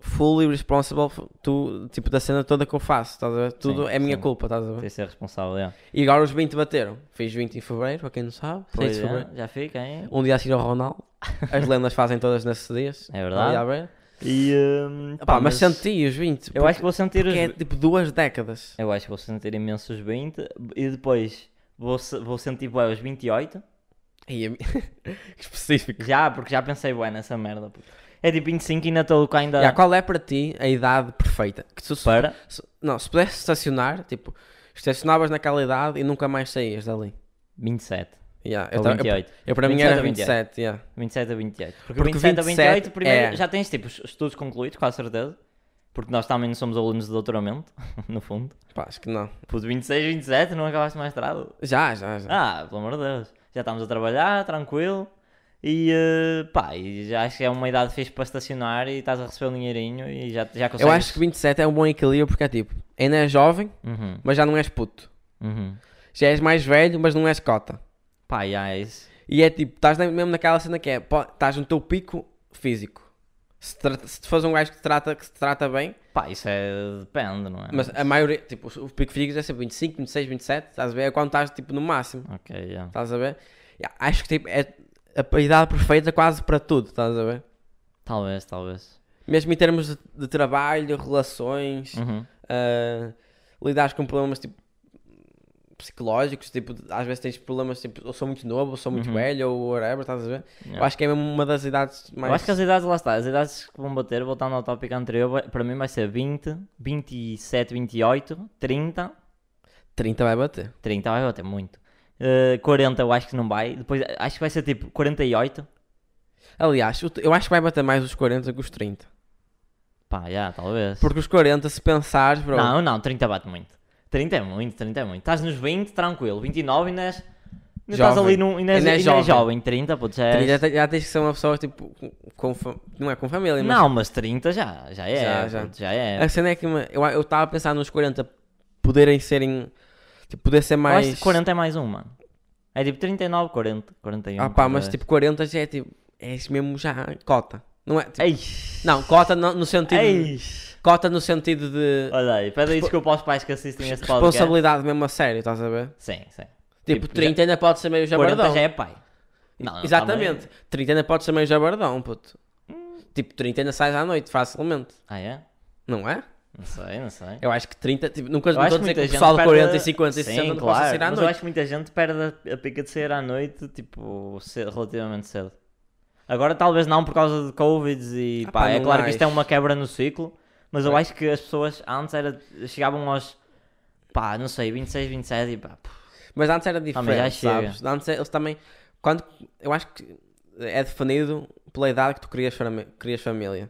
S1: fully responsible for- tu, tipo, da cena toda que eu faço, estás a ver? Tudo é minha
S2: sim.
S1: culpa, estás a ver?
S2: Tem que ser responsável, é.
S1: E agora os 20 bateram. Fiz 20 em fevereiro, para quem não sabe. 6
S2: Pois
S1: de
S2: é,
S1: fevereiro.
S2: já fica, hein?
S1: Um dia a seguir ao Ronaldo. As lendas fazem todas nesses dias.
S2: É verdade.
S1: Ali à beira.
S2: E. hum,
S1: Pá,
S2: pá,
S1: mas, senti os 20.
S2: Eu acho que vou sentir os.
S1: porque é tipo duas décadas.
S2: Eu acho que vou sentir imensos 20 e depois vou, se- vou sentir bué os 28.
S1: Ai, é- que específico.
S2: Já, porque já pensei bué nessa merda. puto. É tipo 25 e ainda estou cá ainda
S1: Já, qual é para ti a idade perfeita? Que tu, se-
S2: para.
S1: se- não, se pudesse estacionar, tipo, estacionavas naquela idade e nunca mais saías dali.
S2: 27.
S1: Já, eu,
S2: Ou
S1: tava- eu-
S2: 28.
S1: eu para mim
S2: 27
S1: era
S2: ou 28.
S1: 27, yeah.
S2: 27 a 28. Porque,
S1: Porque
S2: 27 a
S1: 27
S2: 28 primeiro
S1: é-
S2: já tens tipo os estudos concluídos, com a certeza. Porque nós também não somos alunos de doutoramento, no fundo.
S1: Pá, acho que não.
S2: Puto, 26, 27, não acabaste mais estrado.
S1: Já, já, já.
S2: Ah, pelo amor de Deus. Já estamos a trabalhar, tranquilo. E eh, pá, e já acho que é uma idade fixe para estacionar e estás a receber um dinheirinho e já, já consegues.
S1: eu acho que 27 é um bom equilíbrio porque é tipo, ainda és jovem,
S2: Uhum,
S1: mas já não és puto.
S2: uhum.
S1: Já és mais velho, mas não és cota.
S2: Pá, já é isso.
S1: E é tipo, estás na- mesmo naquela cena que é, pô, estás no teu pico físico. Se, tra- se tu fores um gajo que te trata, que se trata bem,
S2: Pá, isso é. Depende, não é?
S1: mas a maioria, tipo, o pico físico é sempre 25, 26, 27, estás a ver? É quando estás tipo no máximo,
S2: Ok, já.
S1: estás a ver? E acho que tipo, é a idade perfeita quase para tudo, estás a ver?
S2: Talvez, talvez.
S1: Mesmo em termos de, de trabalho, relações,
S2: Uhum.
S1: ah, lidares com problemas tipo psicológicos, tipo, às vezes tens problemas tipo, ou sou muito novo, ou sou muito
S2: Uhum.
S1: velho, ou whatever, estás a ver? Eu
S2: Yeah.
S1: acho que é mesmo uma das idades mais.
S2: Eu acho que as idades, lá está, as idades que vão bater, voltando ao tópico anterior, vai- para mim vai ser 20, 27, 28, 30,
S1: 30 vai bater.
S2: 30 vai bater muito. Eh, 40 eu acho que não vai, depois acho que vai ser tipo 48,
S1: Aliás, eu t- eu acho que vai bater mais os 40 que os 30.
S2: pá, já, talvez.
S1: Porque os 40, se pensares, bro.
S2: Não, não, 30 bate muito. 30 é muito, 30 é muito. Estás nos 20, tranquilo, 29 ainda és... Ainda estás
S1: Jovem.
S2: ali num... Ainda és,
S1: Ainda
S2: ainda
S1: és
S2: és
S1: jovem. é
S2: jovem. 30, pô, já és...
S1: 30 te- já tens que ser uma pessoa tipo. com- Com, fa- não é com família, mas.
S2: Não, mas 30 já, já é,
S1: Já,
S2: já,
S1: já.
S2: já. é.
S1: A cena é que uma- eu eu estava a pensar nos 40 poderem serem. Tipo, poder ser
S2: Eu acho
S1: mais.
S2: que 40 é mais um, mano. É tipo 39, 40, 41.
S1: Ah pá, mas
S2: talvez.
S1: tipo, 40 já é tipo. És mesmo já cota. Não é? tipo-
S2: Ei!
S1: Não, cota no, no sentido.
S2: Ei!
S1: Cota no sentido de.
S2: Olha aí, pede aí desculpa aos pais que assistem este podcast.
S1: Responsabilidade mesmo a sério, estás a ver?
S2: Sim, sim.
S1: Tipo,
S2: já-
S1: 30 ainda pode ser meio
S2: 40
S1: jabardão.
S2: já é pai. Não, tá não,
S1: Tipo, Exatamente. 30 ainda pode ser meio jabardão, puto.
S2: Hum.
S1: Tipo, 30 ainda sais à noite, facilmente.
S2: Ah, é?
S1: Não é?
S2: Não sei, não sei.
S1: Eu acho que 30. Tipo, nunca
S2: Eu
S1: não estou a
S2: acho que
S1: dizer que
S2: muita
S1: o
S2: gente
S1: pessoal de
S2: perde
S1: 40
S2: a-
S1: e 50 e
S2: Sim,
S1: 60 não
S2: claro,
S1: possa sair à
S2: mas
S1: noite.
S2: eu acho que muita gente perde a- a pica de sair à noite, tipo, cedo- relativamente cedo. Agora talvez não por causa de Covid e
S1: Ah,
S2: pá,
S1: pá,
S2: é
S1: não
S2: claro que isto é
S1: acho.
S2: uma quebra no ciclo, mas eu acho que as pessoas antes era, chegavam aos, pá, não sei, 26, 27 e pá, puf,
S1: Mas antes era diferente,
S2: já chega.
S1: sabes? Antes eles também. Quando, eu acho que é definido pela idade que tu crias, fami- crias família.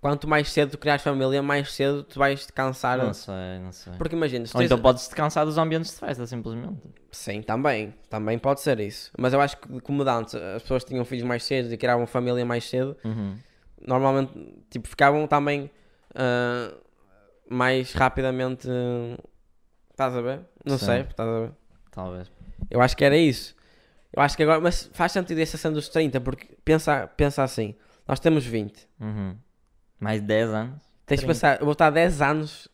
S1: Quanto mais cedo tu crias família, mais cedo tu vais te cansar.
S2: não sei, não sei.
S1: Porque imagina, se tu
S2: Ou
S1: tens-
S2: então podes-te cansar dos ambientes de festa, simplesmente.
S1: Sim, também. Também pode ser isso. Mas eu acho que, como de antes, as pessoas tinham filhos mais cedo e criavam família mais cedo, normalmente, tipo, ficavam também ah, mais rapidamente. ah, Estás a ver? Não
S2: Sim.
S1: sei, estás a ver?
S2: Talvez.
S1: Eu acho que era isso. Eu acho que agora. Mas faz sentido essa cena dos 30, porque pensa, pensa assim: nós temos 20.
S2: Uhum. Mais 10 anos.
S1: Tens de
S2: 30.
S1: pensar, eu vou estar 10 anos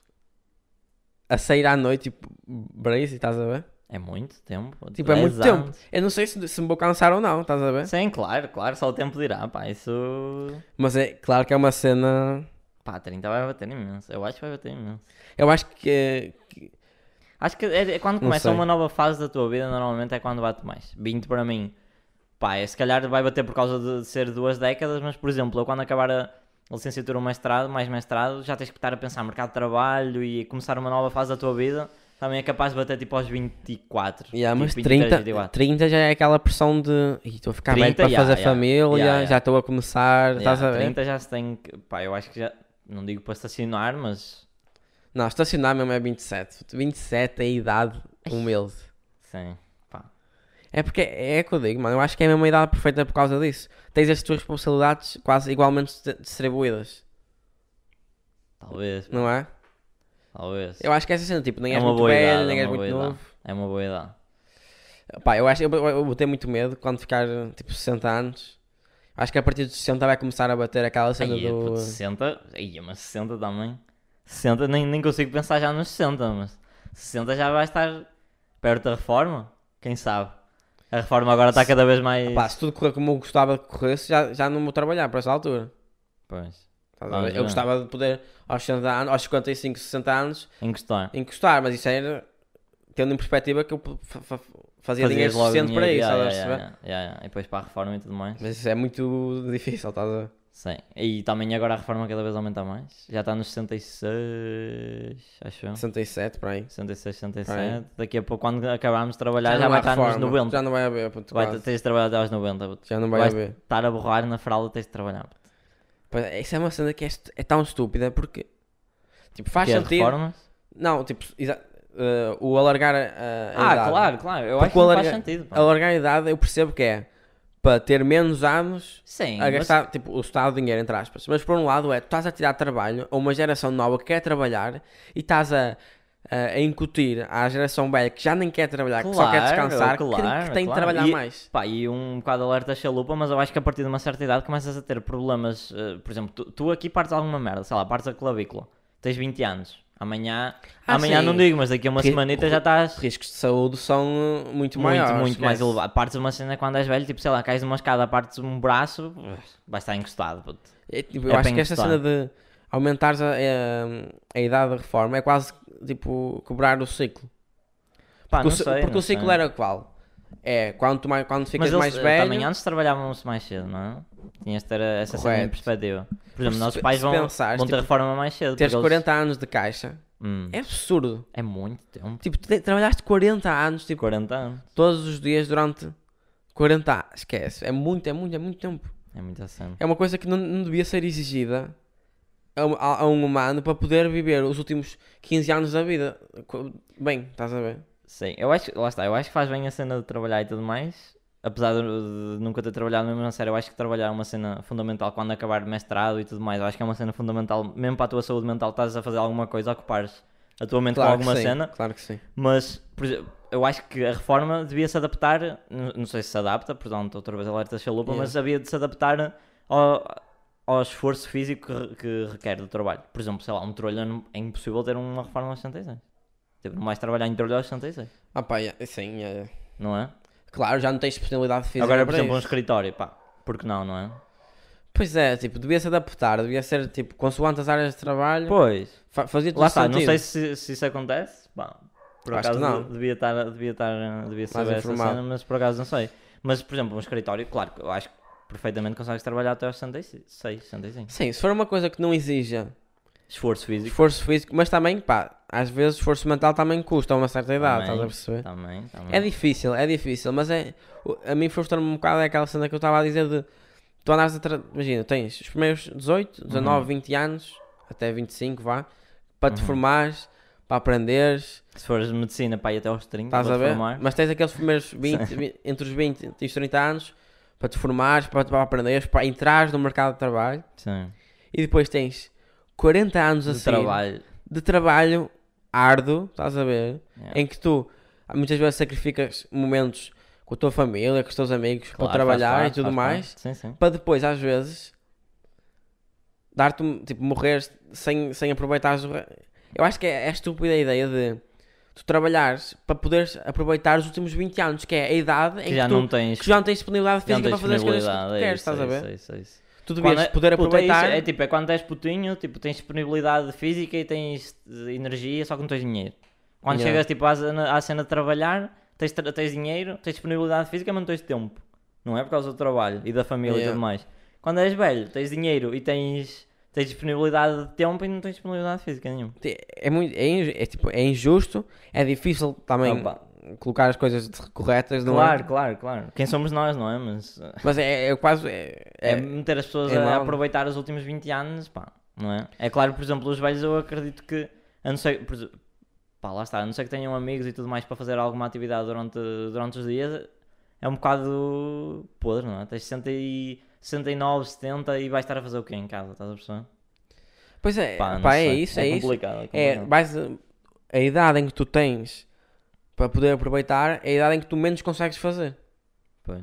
S1: a sair à noite, tipo, brazy, estás a ver?
S2: É muito tempo.
S1: Tipo, é
S2: 10
S1: muito tempo.
S2: anos.
S1: Eu não sei se, se me vou cansar ou não, tá estás a ver?
S2: Sim, claro, claro, só o tempo dirá, pá, isso...
S1: Mas é claro que é uma cena.
S2: Pá, 30 vai bater imenso. Eu acho que vai bater imenso.
S1: Eu acho que. eh, que-
S2: Acho que é, é quando
S1: Não
S2: começa
S1: sei.
S2: uma nova fase da tua vida, normalmente é quando bate mais. 20 para mim, pá, é, se calhar vai bater por causa de ser duas décadas, mas por exemplo, eu quando acabar a licenciatura ou mestrado, mais mestrado, já tens que estar a pensar no mercado de trabalho e começar uma nova fase da tua vida. Também é capaz de bater tipo aos 24.
S1: Yeah,
S2: tipo,
S1: mas
S2: 23,
S1: 30,
S2: 24.
S1: 30 já é aquela pressão de. "Ih, Estou a ficar
S2: 30,
S1: velho para
S2: yeah,
S1: fazer
S2: yeah.
S1: família,
S2: Yeah, yeah.
S1: já estou a começar, tá
S2: Yeah,
S1: estás a ver?
S2: 30 já se tem que. Pá, eu acho que já. Não digo para estacionar, mas.
S1: Não, estacionar mesmo é 27. 27 é a idade humilde.
S2: Sim. Pá.
S1: É porque é que eu digo, mano. Eu acho que é a mesma idade perfeita por causa disso. Tens as tuas responsabilidades quase igualmente dist- distribuídas,
S2: Talvez.
S1: não é?
S2: Talvez.
S1: Eu acho que é essa cena, tipo, nem
S2: É
S1: és
S2: uma
S1: muito
S2: boa
S1: velho,
S2: idade.
S1: nem
S2: é
S1: és
S2: uma
S1: muito
S2: boa idade.
S1: novo.
S2: É uma boa idade.
S1: Pá, eu acho eu, eu vou ter muito medo quando ficar tipo 60 anos. Acho que a partir dos 60 vai começar a bater aquela cena
S2: Aí, é,
S1: do.
S2: puto, 60, aí, mas 60 também. 60, nem, nem consigo pensar já nos 60, mas 60 já vai estar perto da reforma, quem sabe? A reforma agora está cada vez mais.
S1: Pá, se tudo correr como eu gostava que corresse, já, já não vou trabalhar para essa altura.
S2: Pois,
S1: Estás a ver?
S2: Vamos ver.
S1: Eu gostava de poder aos 60 anos, aos 55, 60 anos,
S2: em questão.
S1: encostar, mas isso era tendo em perspectiva que eu p- fa- fa- fazia dinheiro
S2: Fazias logo
S1: suficiente para
S2: dinheiro,
S1: isso,
S2: yeah,
S1: estás a perceber?
S2: yeah, yeah, yeah, yeah. E depois para a reforma e tudo mais.
S1: Mas isso é muito difícil, estás a ver?
S2: Sim. E também agora a reforma cada vez aumenta mais. Já está nos 66, acho eu.
S1: 67 para aí.
S2: 66,
S1: Aí.
S2: 67. Daqui a pouco, quando acabarmos de trabalhar, já,
S1: não
S2: vai
S1: há
S2: estar nos
S1: reforma,
S2: 90.
S1: Já não vai haver, puto,
S2: Vai,
S1: quase.
S2: tens de trabalhar até aos 90. puto.
S1: Já não vai
S2: Vais
S1: haver.
S2: estar a borrar na fralda, tens de trabalhar. puto.
S1: Pois é, isso é uma cena que é, estu- é tão estúpida porque tipo, faz
S2: Que é
S1: sentido.
S2: reformas?
S1: Não, tipo, exa- eh, o alargar a, a
S2: Ah,
S1: idade.
S2: claro, claro. Eu
S1: É Porque
S2: acho que
S1: o
S2: não
S1: alarga-
S2: faz sentido. pá.
S1: Alargar a idade eu percebo que é para ter menos anos
S2: Sim,
S1: a
S2: mas-
S1: gastar, tipo, o Estado dinheiro, entre aspas. Mas por um lado é, tu estás a tirar trabalho a uma geração nova que quer trabalhar e estás a, a, a incutir à geração velha que já nem quer trabalhar, que só quer
S2: Claro,
S1: descansar, que- que,
S2: claro,
S1: tem de
S2: claro.
S1: trabalhar
S2: E-
S1: mais.
S2: Pá, e um bocado alerta chalupa, mas eu acho que a partir de uma certa idade começas a ter problemas. eh, por exemplo, tu, tu aqui partes alguma merda, sei lá, partes a clavícula. Tens 20 anos. Amanhã,
S1: Ah,
S2: amanhã
S1: sim.
S2: não digo, mas daqui a uma
S1: Ri-
S2: semanita já
S1: Os
S2: estás
S1: riscos de saúde são eh, muito,
S2: muito,
S1: maiores.
S2: muito mais
S1: esquece.
S2: elevado. Partes uma cena quando és velho, tipo, sei lá, cais de uma escada, partes um braço, vai estar encostado. puto.
S1: É, tipo,
S2: É
S1: eu acho
S2: bem
S1: que esta cena
S2: interessante.
S1: de aumentares a, a- a idade da reforma é quase tipo cobrar o ciclo. Porque, o,
S2: Pá, Ah, não
S1: ci-
S2: sei,
S1: porque
S2: não
S1: o ciclo
S2: sei.
S1: era qual? É quando, tu mais, quando ficas
S2: Mas eles
S1: mais
S2: eh,
S1: velho.
S2: também antes trabalhavam-se mais cedo, não é? Tinhas de ter eh, essa cena em
S1: Correto.
S2: perspectiva. Por exemplo,
S1: se
S2: nossos
S1: pe-
S2: pais
S1: se
S2: vão,
S1: pensares,
S2: vão ter
S1: tipo,
S2: reforma mais cedo.
S1: Teres
S2: porque eles-
S1: 40 anos de caixa
S2: Hum,
S1: é absurdo.
S2: é muito tempo.
S1: Tipo, te- trabalhaste 40 anos, tipo,
S2: 40 anos.
S1: todos os dias durante 40 anos. Esquece. É muito, é muito, é muito tempo.
S2: É muita cena.
S1: É uma coisa que não, não devia ser exigida a, um- a- a um humano para poder viver os últimos 15 anos da vida. co- Bem, estás a ver?
S2: Sim, eu acho, lá está, eu acho que faz bem a cena de trabalhar e tudo mais. Apesar de, de nunca ter trabalhado mesmo na série, eu acho que trabalhar é uma cena fundamental quando acabar o mestrado e tudo mais. Eu acho que é uma cena fundamental, mesmo para a tua saúde mental, estás a fazer alguma coisa, ocupares a tua mente com
S1: Claro que
S2: alguma
S1: sim,
S2: cena.
S1: Claro que sim.
S2: Mas, por exemplo, eu acho que a reforma devia se adaptar, n- não sei se se adapta, portanto, outra vez alerta chalupa,
S1: Yeah.
S2: mas havia de se adaptar ao, ao esforço físico que, re- que requer do trabalho. Por exemplo, sei lá, um trolho não- é impossível ter uma reforma aos 66. Tipo, não vais trabalhar em trolho aos 66,
S1: Ah pá, yeah, sim, yeah, yeah.
S2: não é?
S1: claro, já não tens disponibilidade física
S2: Agora, por
S1: para
S2: exemplo, um
S1: isso.
S2: escritório, pá, porque não, não é?
S1: Pois é, tipo, devia se adaptar, devia ser, tipo, consoante as áreas de trabalho,
S2: Pois,
S1: fa- fazia tudo
S2: lá está,
S1: Tipo, sentido.
S2: não sei se, se isso acontece, pá, por
S1: Acho que
S2: acaso
S1: não.
S2: devia estar, devia estar, devia saber essa
S1: informado.
S2: cena, mas por acaso não sei. Mas, por exemplo, um escritório, claro, que eu acho que perfeitamente consegues trabalhar até aos 66, 65.
S1: Sim, se for uma coisa que não exija
S2: Esforço físico.
S1: esforço físico, mas também, pá, às vezes esforço mental também custa a uma certa idade,
S2: Também,
S1: É estás a perceber?
S2: Também, também.
S1: É difícil, é difícil, mas é. o- A mim frustra-me um bocado é aquela cena que eu estava a dizer de. Tu andas a. Tra... Imagina, tens os primeiros 18, 19,
S2: Uhum.
S1: 20 anos, até 25, vá, para te formares, para aprenderes,
S2: Se fores de medicina, pá, e até aos 30,
S1: Estás
S2: para
S1: a
S2: te
S1: ver?
S2: formar.
S1: Mas tens aqueles primeiros 20, 20, entre os 20 e os 30 anos para te formares, para, para aprenderes, para entrares no mercado de trabalho
S2: Sim.
S1: e depois tens 40 anos
S2: De
S1: assim
S2: trabalho.
S1: de trabalho árduo, estás a ver?
S2: Yeah.
S1: Em que tu muitas vezes sacrificas momentos com a tua família, com os teus amigos
S2: Claro,
S1: para trabalhar
S2: faz
S1: e
S2: parte,
S1: tudo
S2: faz
S1: mais,
S2: parte. Sim, sim.
S1: para depois às vezes dar-te, um- tipo, morreres sem, sem aproveitares o. re- Eu acho que é, é estúpida a ideia de tu trabalhares para poderes aproveitar os últimos 20 anos, que é a idade em
S2: Que
S1: que,
S2: já
S1: tu
S2: não tens.
S1: que já não tens disponibilidade
S2: já não
S1: física para
S2: tens
S1: fazer as coisas que tu
S2: disponibilidade, é
S1: queres,
S2: isso,
S1: estás
S2: é
S1: a ver?
S2: isso, é isso, é isso.
S1: Tu
S2: Quando
S1: devias
S2: é-
S1: poder
S2: puto, é isso,
S1: aproveitar.
S2: É, tipo, é quando és putinho, tipo, tens disponibilidade física e tens eh, energia, só que não tens dinheiro. Quando
S1: Yeah.
S2: chegas tipo, à, cena, à cena de trabalhar, tens, tra- tens dinheiro, tens disponibilidade física, mas não tens tempo. Não é por causa do trabalho e da família e
S1: Yeah.
S2: tudo mais. Quando és velho, tens dinheiro e tens, tens disponibilidade de tempo e não tens disponibilidade física nenhuma.
S1: é, muito, é, inju- é, tipo, é injusto, é difícil também
S2: Opa.
S1: colocar as coisas de- corretas, não é?
S2: Claro, claro, claro. Quem somos nós, não é? Mas eh,
S1: Mas é, é quase. É,
S2: é,
S1: é-
S2: meter as pessoas
S1: é
S2: a
S1: mau.
S2: aproveitar os últimos 20 anos, pá, não é? É claro, por exemplo, os velhos eu acredito que, a não ser, por, exe- pá, lá está, a não ser que tenham amigos e tudo mais para fazer alguma atividade durante, durante os dias, é um bocado podre, não é? Tens 60 e, 69, 70 e vais estar a fazer o quê em casa, estás a perceber?
S1: Pois é,
S2: Pá,
S1: pá,
S2: não
S1: é
S2: sei.
S1: isso,
S2: É
S1: é, isso.
S2: complicado, é
S1: É,
S2: complicado.
S1: vais a, a idade em que tu tens para poder aproveitar é a idade em que tu menos consegues fazer.
S2: Pois.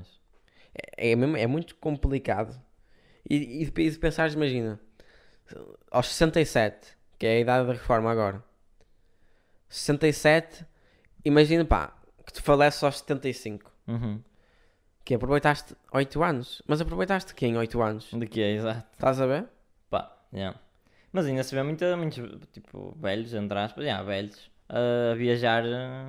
S1: É, mesmo- é muito complicado. E, e, de- e de pensares, imagina, aos 67, que é a idade da reforma agora, 67, imagina, pá, que tu faleces aos 75,
S2: Uhum.
S1: que aproveitaste 8 anos. Mas aproveitaste quem 8 anos?
S2: De que é, exato.
S1: Estás a ver?
S2: Pá, yeah. Mas ainda se vê muita, muitos, tipo, velhos, entre aspas, yeah, velhos, a viajar, eh,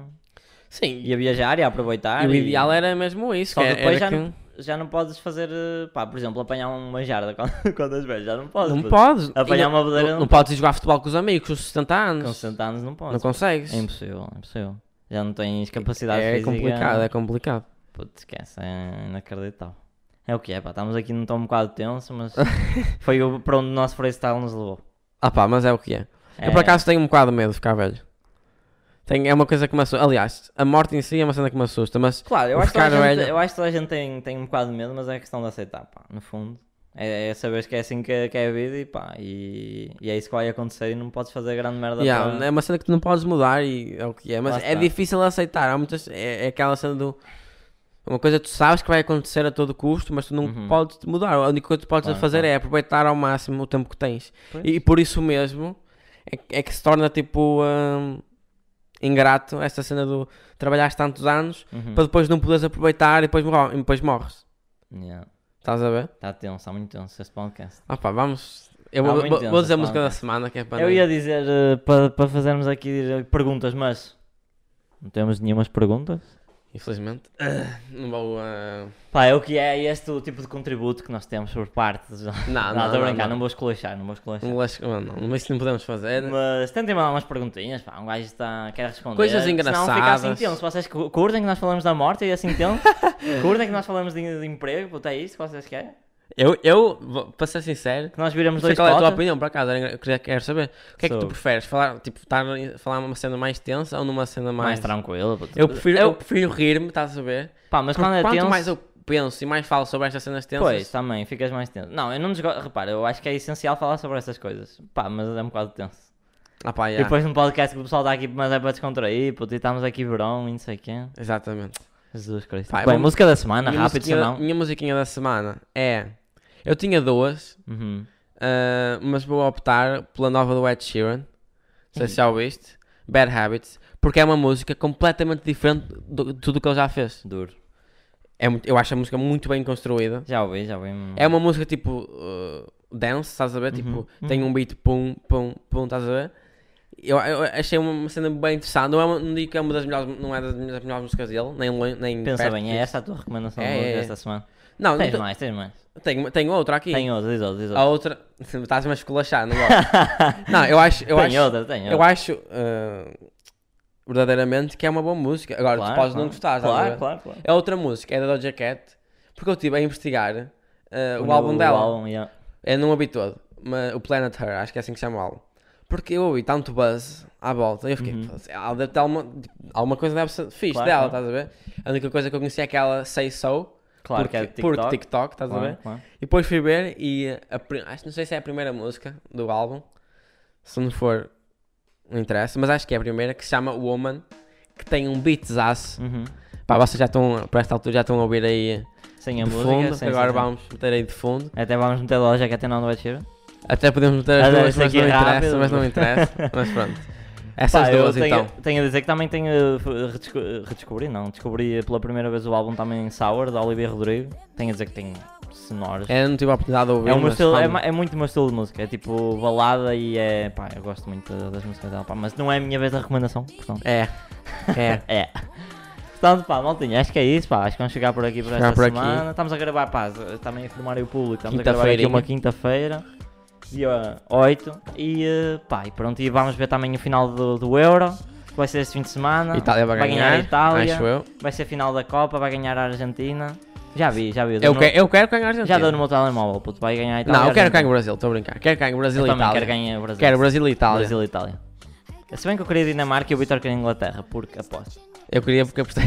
S1: Sim,
S2: e a viajar e a aproveitar.
S1: e o
S2: e-
S1: ideal era mesmo isso.
S2: Só
S1: que é-
S2: que depois
S1: era
S2: já,
S1: que- um-
S2: não, já não podes fazer, eh, pá, por exemplo, apanhar uma jarda quando, quando és velho, já não podes.
S1: Não
S2: puto.
S1: podes.
S2: Apanhar
S1: E não-
S2: uma boleira
S1: Não,
S2: não
S1: não podes ir jogar futebol com os amigos aos 70 anos.
S2: Com 60 anos não podes.
S1: Não consegues.
S2: É impossível, é impossível. Já não tens capacidade
S1: É
S2: física. né?
S1: complicado, é complicado.
S2: Putz, esquece, é inacreditável. É o que é, pá, estamos aqui num tom um bocado tenso, mas foi o, para onde o nosso freestyle nos levou.
S1: Ah pá, mas é o que é. Eu por acaso tenho um bocado de medo de ficar velho. Tenho, é uma coisa que me assusta. Aliás, a morte em si é uma cena que me assusta, mas
S2: Claro, eu
S1: O
S2: acho, que toda
S1: ficar
S2: a gente,
S1: velho-
S2: eu acho que toda a gente tem, tem um bocado de medo, mas é questão de aceitar, pá, no fundo. É, é saberes que é assim que, que é a vida e pá, e, e é isso que vai acontecer e não podes fazer grande merda
S1: yeah,
S2: para...
S1: é uma cena que tu não podes mudar e é o que é.
S2: Lá
S1: Mas é
S2: está.
S1: difícil aceitar. Há muitas, é, é aquela cena do. Uma coisa que tu sabes que vai acontecer a todo custo, mas tu não
S2: Uhum.
S1: podes mudar. A única coisa que tu podes
S2: Claro,
S1: fazer
S2: claro.
S1: é aproveitar ao máximo o tempo que tens.
S2: Pois.
S1: E, e por isso mesmo é, que- é que se torna tipo hum, ingrato esta cena do trabalhares tantos anos
S2: Uhum.
S1: para depois não poderes aproveitar e depois, morro- e depois morres.
S2: Yeah.
S1: Estás a ver?
S2: Está tenso, está muito tenso este podcast.
S1: Ah pá, vamos. Eu
S2: Tá
S1: vou,
S2: muito
S1: vou-
S2: intenso
S1: vou dizer a
S2: esse
S1: música da
S2: podcast.
S1: semana que é para.
S2: Eu
S1: não-
S2: ia dizer eh, para, para fazermos aqui perguntas, mas não temos nenhumas perguntas.
S1: Infelizmente. Não vou. ah,
S2: Pá, é o que é este o tipo de contributo que nós temos por parte dos...
S1: Ah,
S2: Não,
S1: Não,
S2: estou a
S1: não,
S2: brincar,
S1: não.
S2: não vou esculachar, não vou esculachar.
S1: Não, acho que- não, não, mas isso não podemos fazer.
S2: Mas tentem mandar umas perguntinhas, pá, um gajo está, quer responder.
S1: Coisas
S2: Não fica assim
S1: engraçadas.
S2: tenso, vocês cu- curtem que nós falamos da morte e assim tenso? curtem que nós falamos de, de emprego, puta, é isso que vocês querem?
S1: Eu, eu vou- para ser sincero,
S2: Que nós viramos
S1: não sei
S2: dois
S1: qual é a tua
S2: cotas?
S1: opinião, por acaso. era engra- Eu queria, quero saber. O que é que tu
S2: Sobre.
S1: preferes? Falar, tipo, estar a falar numa cena mais tensa ou numa cena mais.
S2: Mais tranquilo, puta.
S1: eu prefiro, eu prefiro rir-me, estás a ver?
S2: Pá, mas
S1: Porque
S2: quando é
S1: quanto
S2: tenso...
S1: mais eu penso e mais falo sobre estas cenas tensas.
S2: Pois, também, ficas mais tenso. Não, eu não desgosto. Repara, eu acho que é essencial falar sobre essas coisas. Pá, mas é um bocado tenso.
S1: Ah pá,
S2: E
S1: yeah.
S2: depois num podcast que o pessoal está aqui, mas é para descontrair, puto, e estamos aqui verão e não sei quem.
S1: Exatamente.
S2: Jesus Cristo.
S1: Pá,
S2: Bem,
S1: vamos-
S2: música da semana,
S1: minha,
S2: rápido,
S1: musiquinha,
S2: senão.
S1: minha musiquinha da semana é. Eu tinha duas,
S2: Uhum.
S1: Uh, mas vou optar pela nova do Ed Sheeran. Não sei se já ouviste. Bad Habits. Porque é uma música completamente diferente do- de tudo o que ele já fez.
S2: Duro.
S1: É muito- eu acho a música muito bem construída.
S2: Já ouvi, já ouvi. hum.
S1: É uma música tipo uh, dance, estás a ver?
S2: Uhum,
S1: Tipo, tem um beat pum, pum, pum, estás a ver? Eu, eu achei uma uma cena bem interessante. Não, é uma, não digo que é uma das melhores, não é das melhores, das melhores músicas dele, nem, lon- nem
S2: Pensa
S1: perto
S2: bem, é
S1: disso.
S2: essa a tua recomendação
S1: É,
S2: de
S1: é, então-
S2: música
S1: é.
S2: esta semana?
S1: Não,
S2: Tens
S1: não
S2: mais, tens mais.
S1: tenho, tenho outra aqui.
S2: Tem outra, diz outra, diz
S1: A
S2: outra.
S1: outra. Estás-me a esculachar, não gosto. não, eu acho. Eu
S2: Tem
S1: acho
S2: outra, tem
S1: Eu
S2: outra.
S1: acho eh, verdadeiramente que é uma boa música. Agora, tu podes não gostar, estás a
S2: Claro,
S1: ver?
S2: claro, claro.
S1: É outra música, é da Doja Cat, porque eu estive a investigar eh, o álbum dela.
S2: O álbum, yeah.
S1: Eu É, não ouvi todo, mas o Planet Her, acho que é assim que se chama o álbum. Porque eu ouvi tanto buzz à volta, e eu fiquei, "Pô, ela deve ter alguma, tipo, alguma coisa deve ser fixe
S2: Uhum.
S1: dela,
S2: Claro,
S1: estás
S2: claro.
S1: a ver? A única coisa que eu conheci é aquela Say So,
S2: Claro
S1: porque,
S2: que é
S1: porque
S2: TikTok.
S1: TikTok, estás a
S2: Claro,
S1: ver?
S2: claro.
S1: E depois fui ver e a, pri- acho não sei se é a primeira música do álbum. Se não for, não interessa, mas acho que é a primeira que se chama Woman, que tem um beat zaço.
S2: Uhum.
S1: Pá, vocês já estão, para esta altura já estão a ouvir aí
S2: Sem a
S1: de
S2: música,
S1: fundo,
S2: sem-
S1: agora
S2: sem-
S1: vamos meter aí de fundo.
S2: Até vamos meter loja que até não vai tirar.
S1: Até podemos meter as
S2: Ah, não,
S1: duas,
S2: isso
S1: mas
S2: aqui
S1: não
S2: é
S1: interessa,
S2: rápido.
S1: mas não interessa. Mas pronto. Essas
S2: Pá, eu
S1: duas
S2: tenho,
S1: então.
S2: tenho a dizer que também tenho. eh, f- redesco- eh, redescobri, não. Descobri pela primeira vez o álbum também Sour, da Olivia Rodrigo. Tenho a dizer que tenho sonoros. É,
S1: Eu não tive a oportunidade de ouvir.
S2: o meu
S1: mas
S2: estilo, é,
S1: pronto.
S2: ma- é muito o meu estilo de música. É tipo balada e é. Pá, eu gosto muito da- das músicas dela, pá. Mas não é a minha vez da recomendação, portanto.
S1: É. É.
S2: É. Portanto, pá, maltinha, acho que é isso, pá. Acho que vamos chegar por aqui por
S1: Chegar
S2: esta
S1: por aqui.
S2: semana. Estamos a gravar, pá, z- também a informar aí o público. Estamos a gravar aqui
S1: Quinta-feirinha.
S2: uma quinta-feira, dia 8. E, eh, pá, e pronto, e vamos ver também o final do, do Euro, que vai ser este fim de semana.
S1: Itália vai ganhar,
S2: a Itália.
S1: acho eu.
S2: Vai ser a final da Copa, vai ganhar a Argentina. Já vi, já vi. dou
S1: Eu,
S2: no-
S1: que- eu quero que ganhe a Argentina.
S2: Já deu no meu telemóvel, puto, vai ganhar a Itália.
S1: Não, eu quero que ganhe o Brasil,
S2: Argentina.
S1: estou a brincar. Quero que ganhe o Brasil e
S2: Eu também
S1: Itália.
S2: quero ganhar o Brasil.
S1: Quero Brasil e Itália.
S2: Brasil e Itália. Se bem que eu queria Dinamarca e o Vitor queria Inglaterra, porque aposto.
S1: Eu queria porque apostei.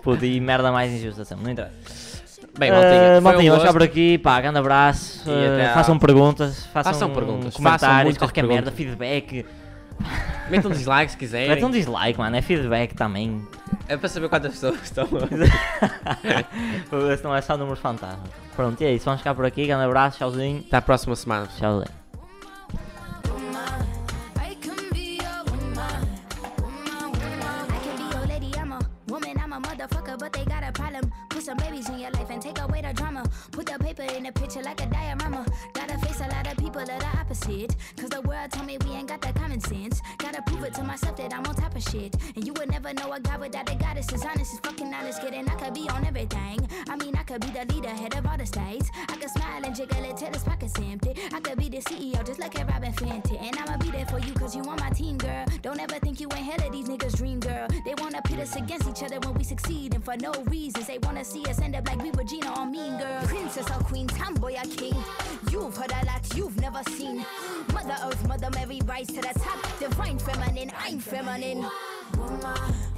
S2: Puta, e merda mais injusta sempre, não interessa.
S1: Bem, maltinha,
S2: Ah,
S1: foi
S2: maltinha,
S1: um
S2: vamos ficar por
S1: gosto.
S2: aqui, pá, grande abraço.
S1: E
S2: ah,
S1: até à-
S2: façam perguntas, façam,
S1: Façam perguntas, façam
S2: comentários,
S1: muitas
S2: qualquer merda,
S1: perguntas.
S2: feedback.
S1: Metam dislike se quiserem.
S2: Mete um dislike, mano, é feedback também.
S1: É para saber quantas pessoas estão.
S2: Para ver se não é só números fantasmas. Pronto, e é isso, vamos ficar por aqui, grande abraço, tchauzinho.
S1: Até à próxima semana. pessoal.
S2: Tchauzinho.
S4: I can be a woman, woman, woman.
S5: I can be your lady, I'm a woman, I'm a motherfucker, but they got a problem. Put some babies in your life and take away the drama. Put the paper in the picture like a diorama. Gotta face a lot of people that are opposite. Cause the world told me we ain't got that common sense. Gotta prove it to myself that I'm on top of shit. And you would never know a guy without a goddess. Is honest, is fucking honest, kidding. I could be on everything. I mean, I could be the leader, head of all the states. I could smile and jiggle it till his pockets empty. I could be the CEO, just like a Robin Fenty. And I'ma be there for you, cause you on my team, girl. Don't ever think you ain't hell of these niggas' dream, girl. They wanna pit us against each other when we succeed, and for no reasons. They wanna see us end up like we were Gina or Mean Girl.
S4: Princess or queen, tomboy or king. You've heard a lot you've never seen. Mother Earth, Mother Mary, rise to the top. Divine feminine, I'm feminine.
S5: Woman,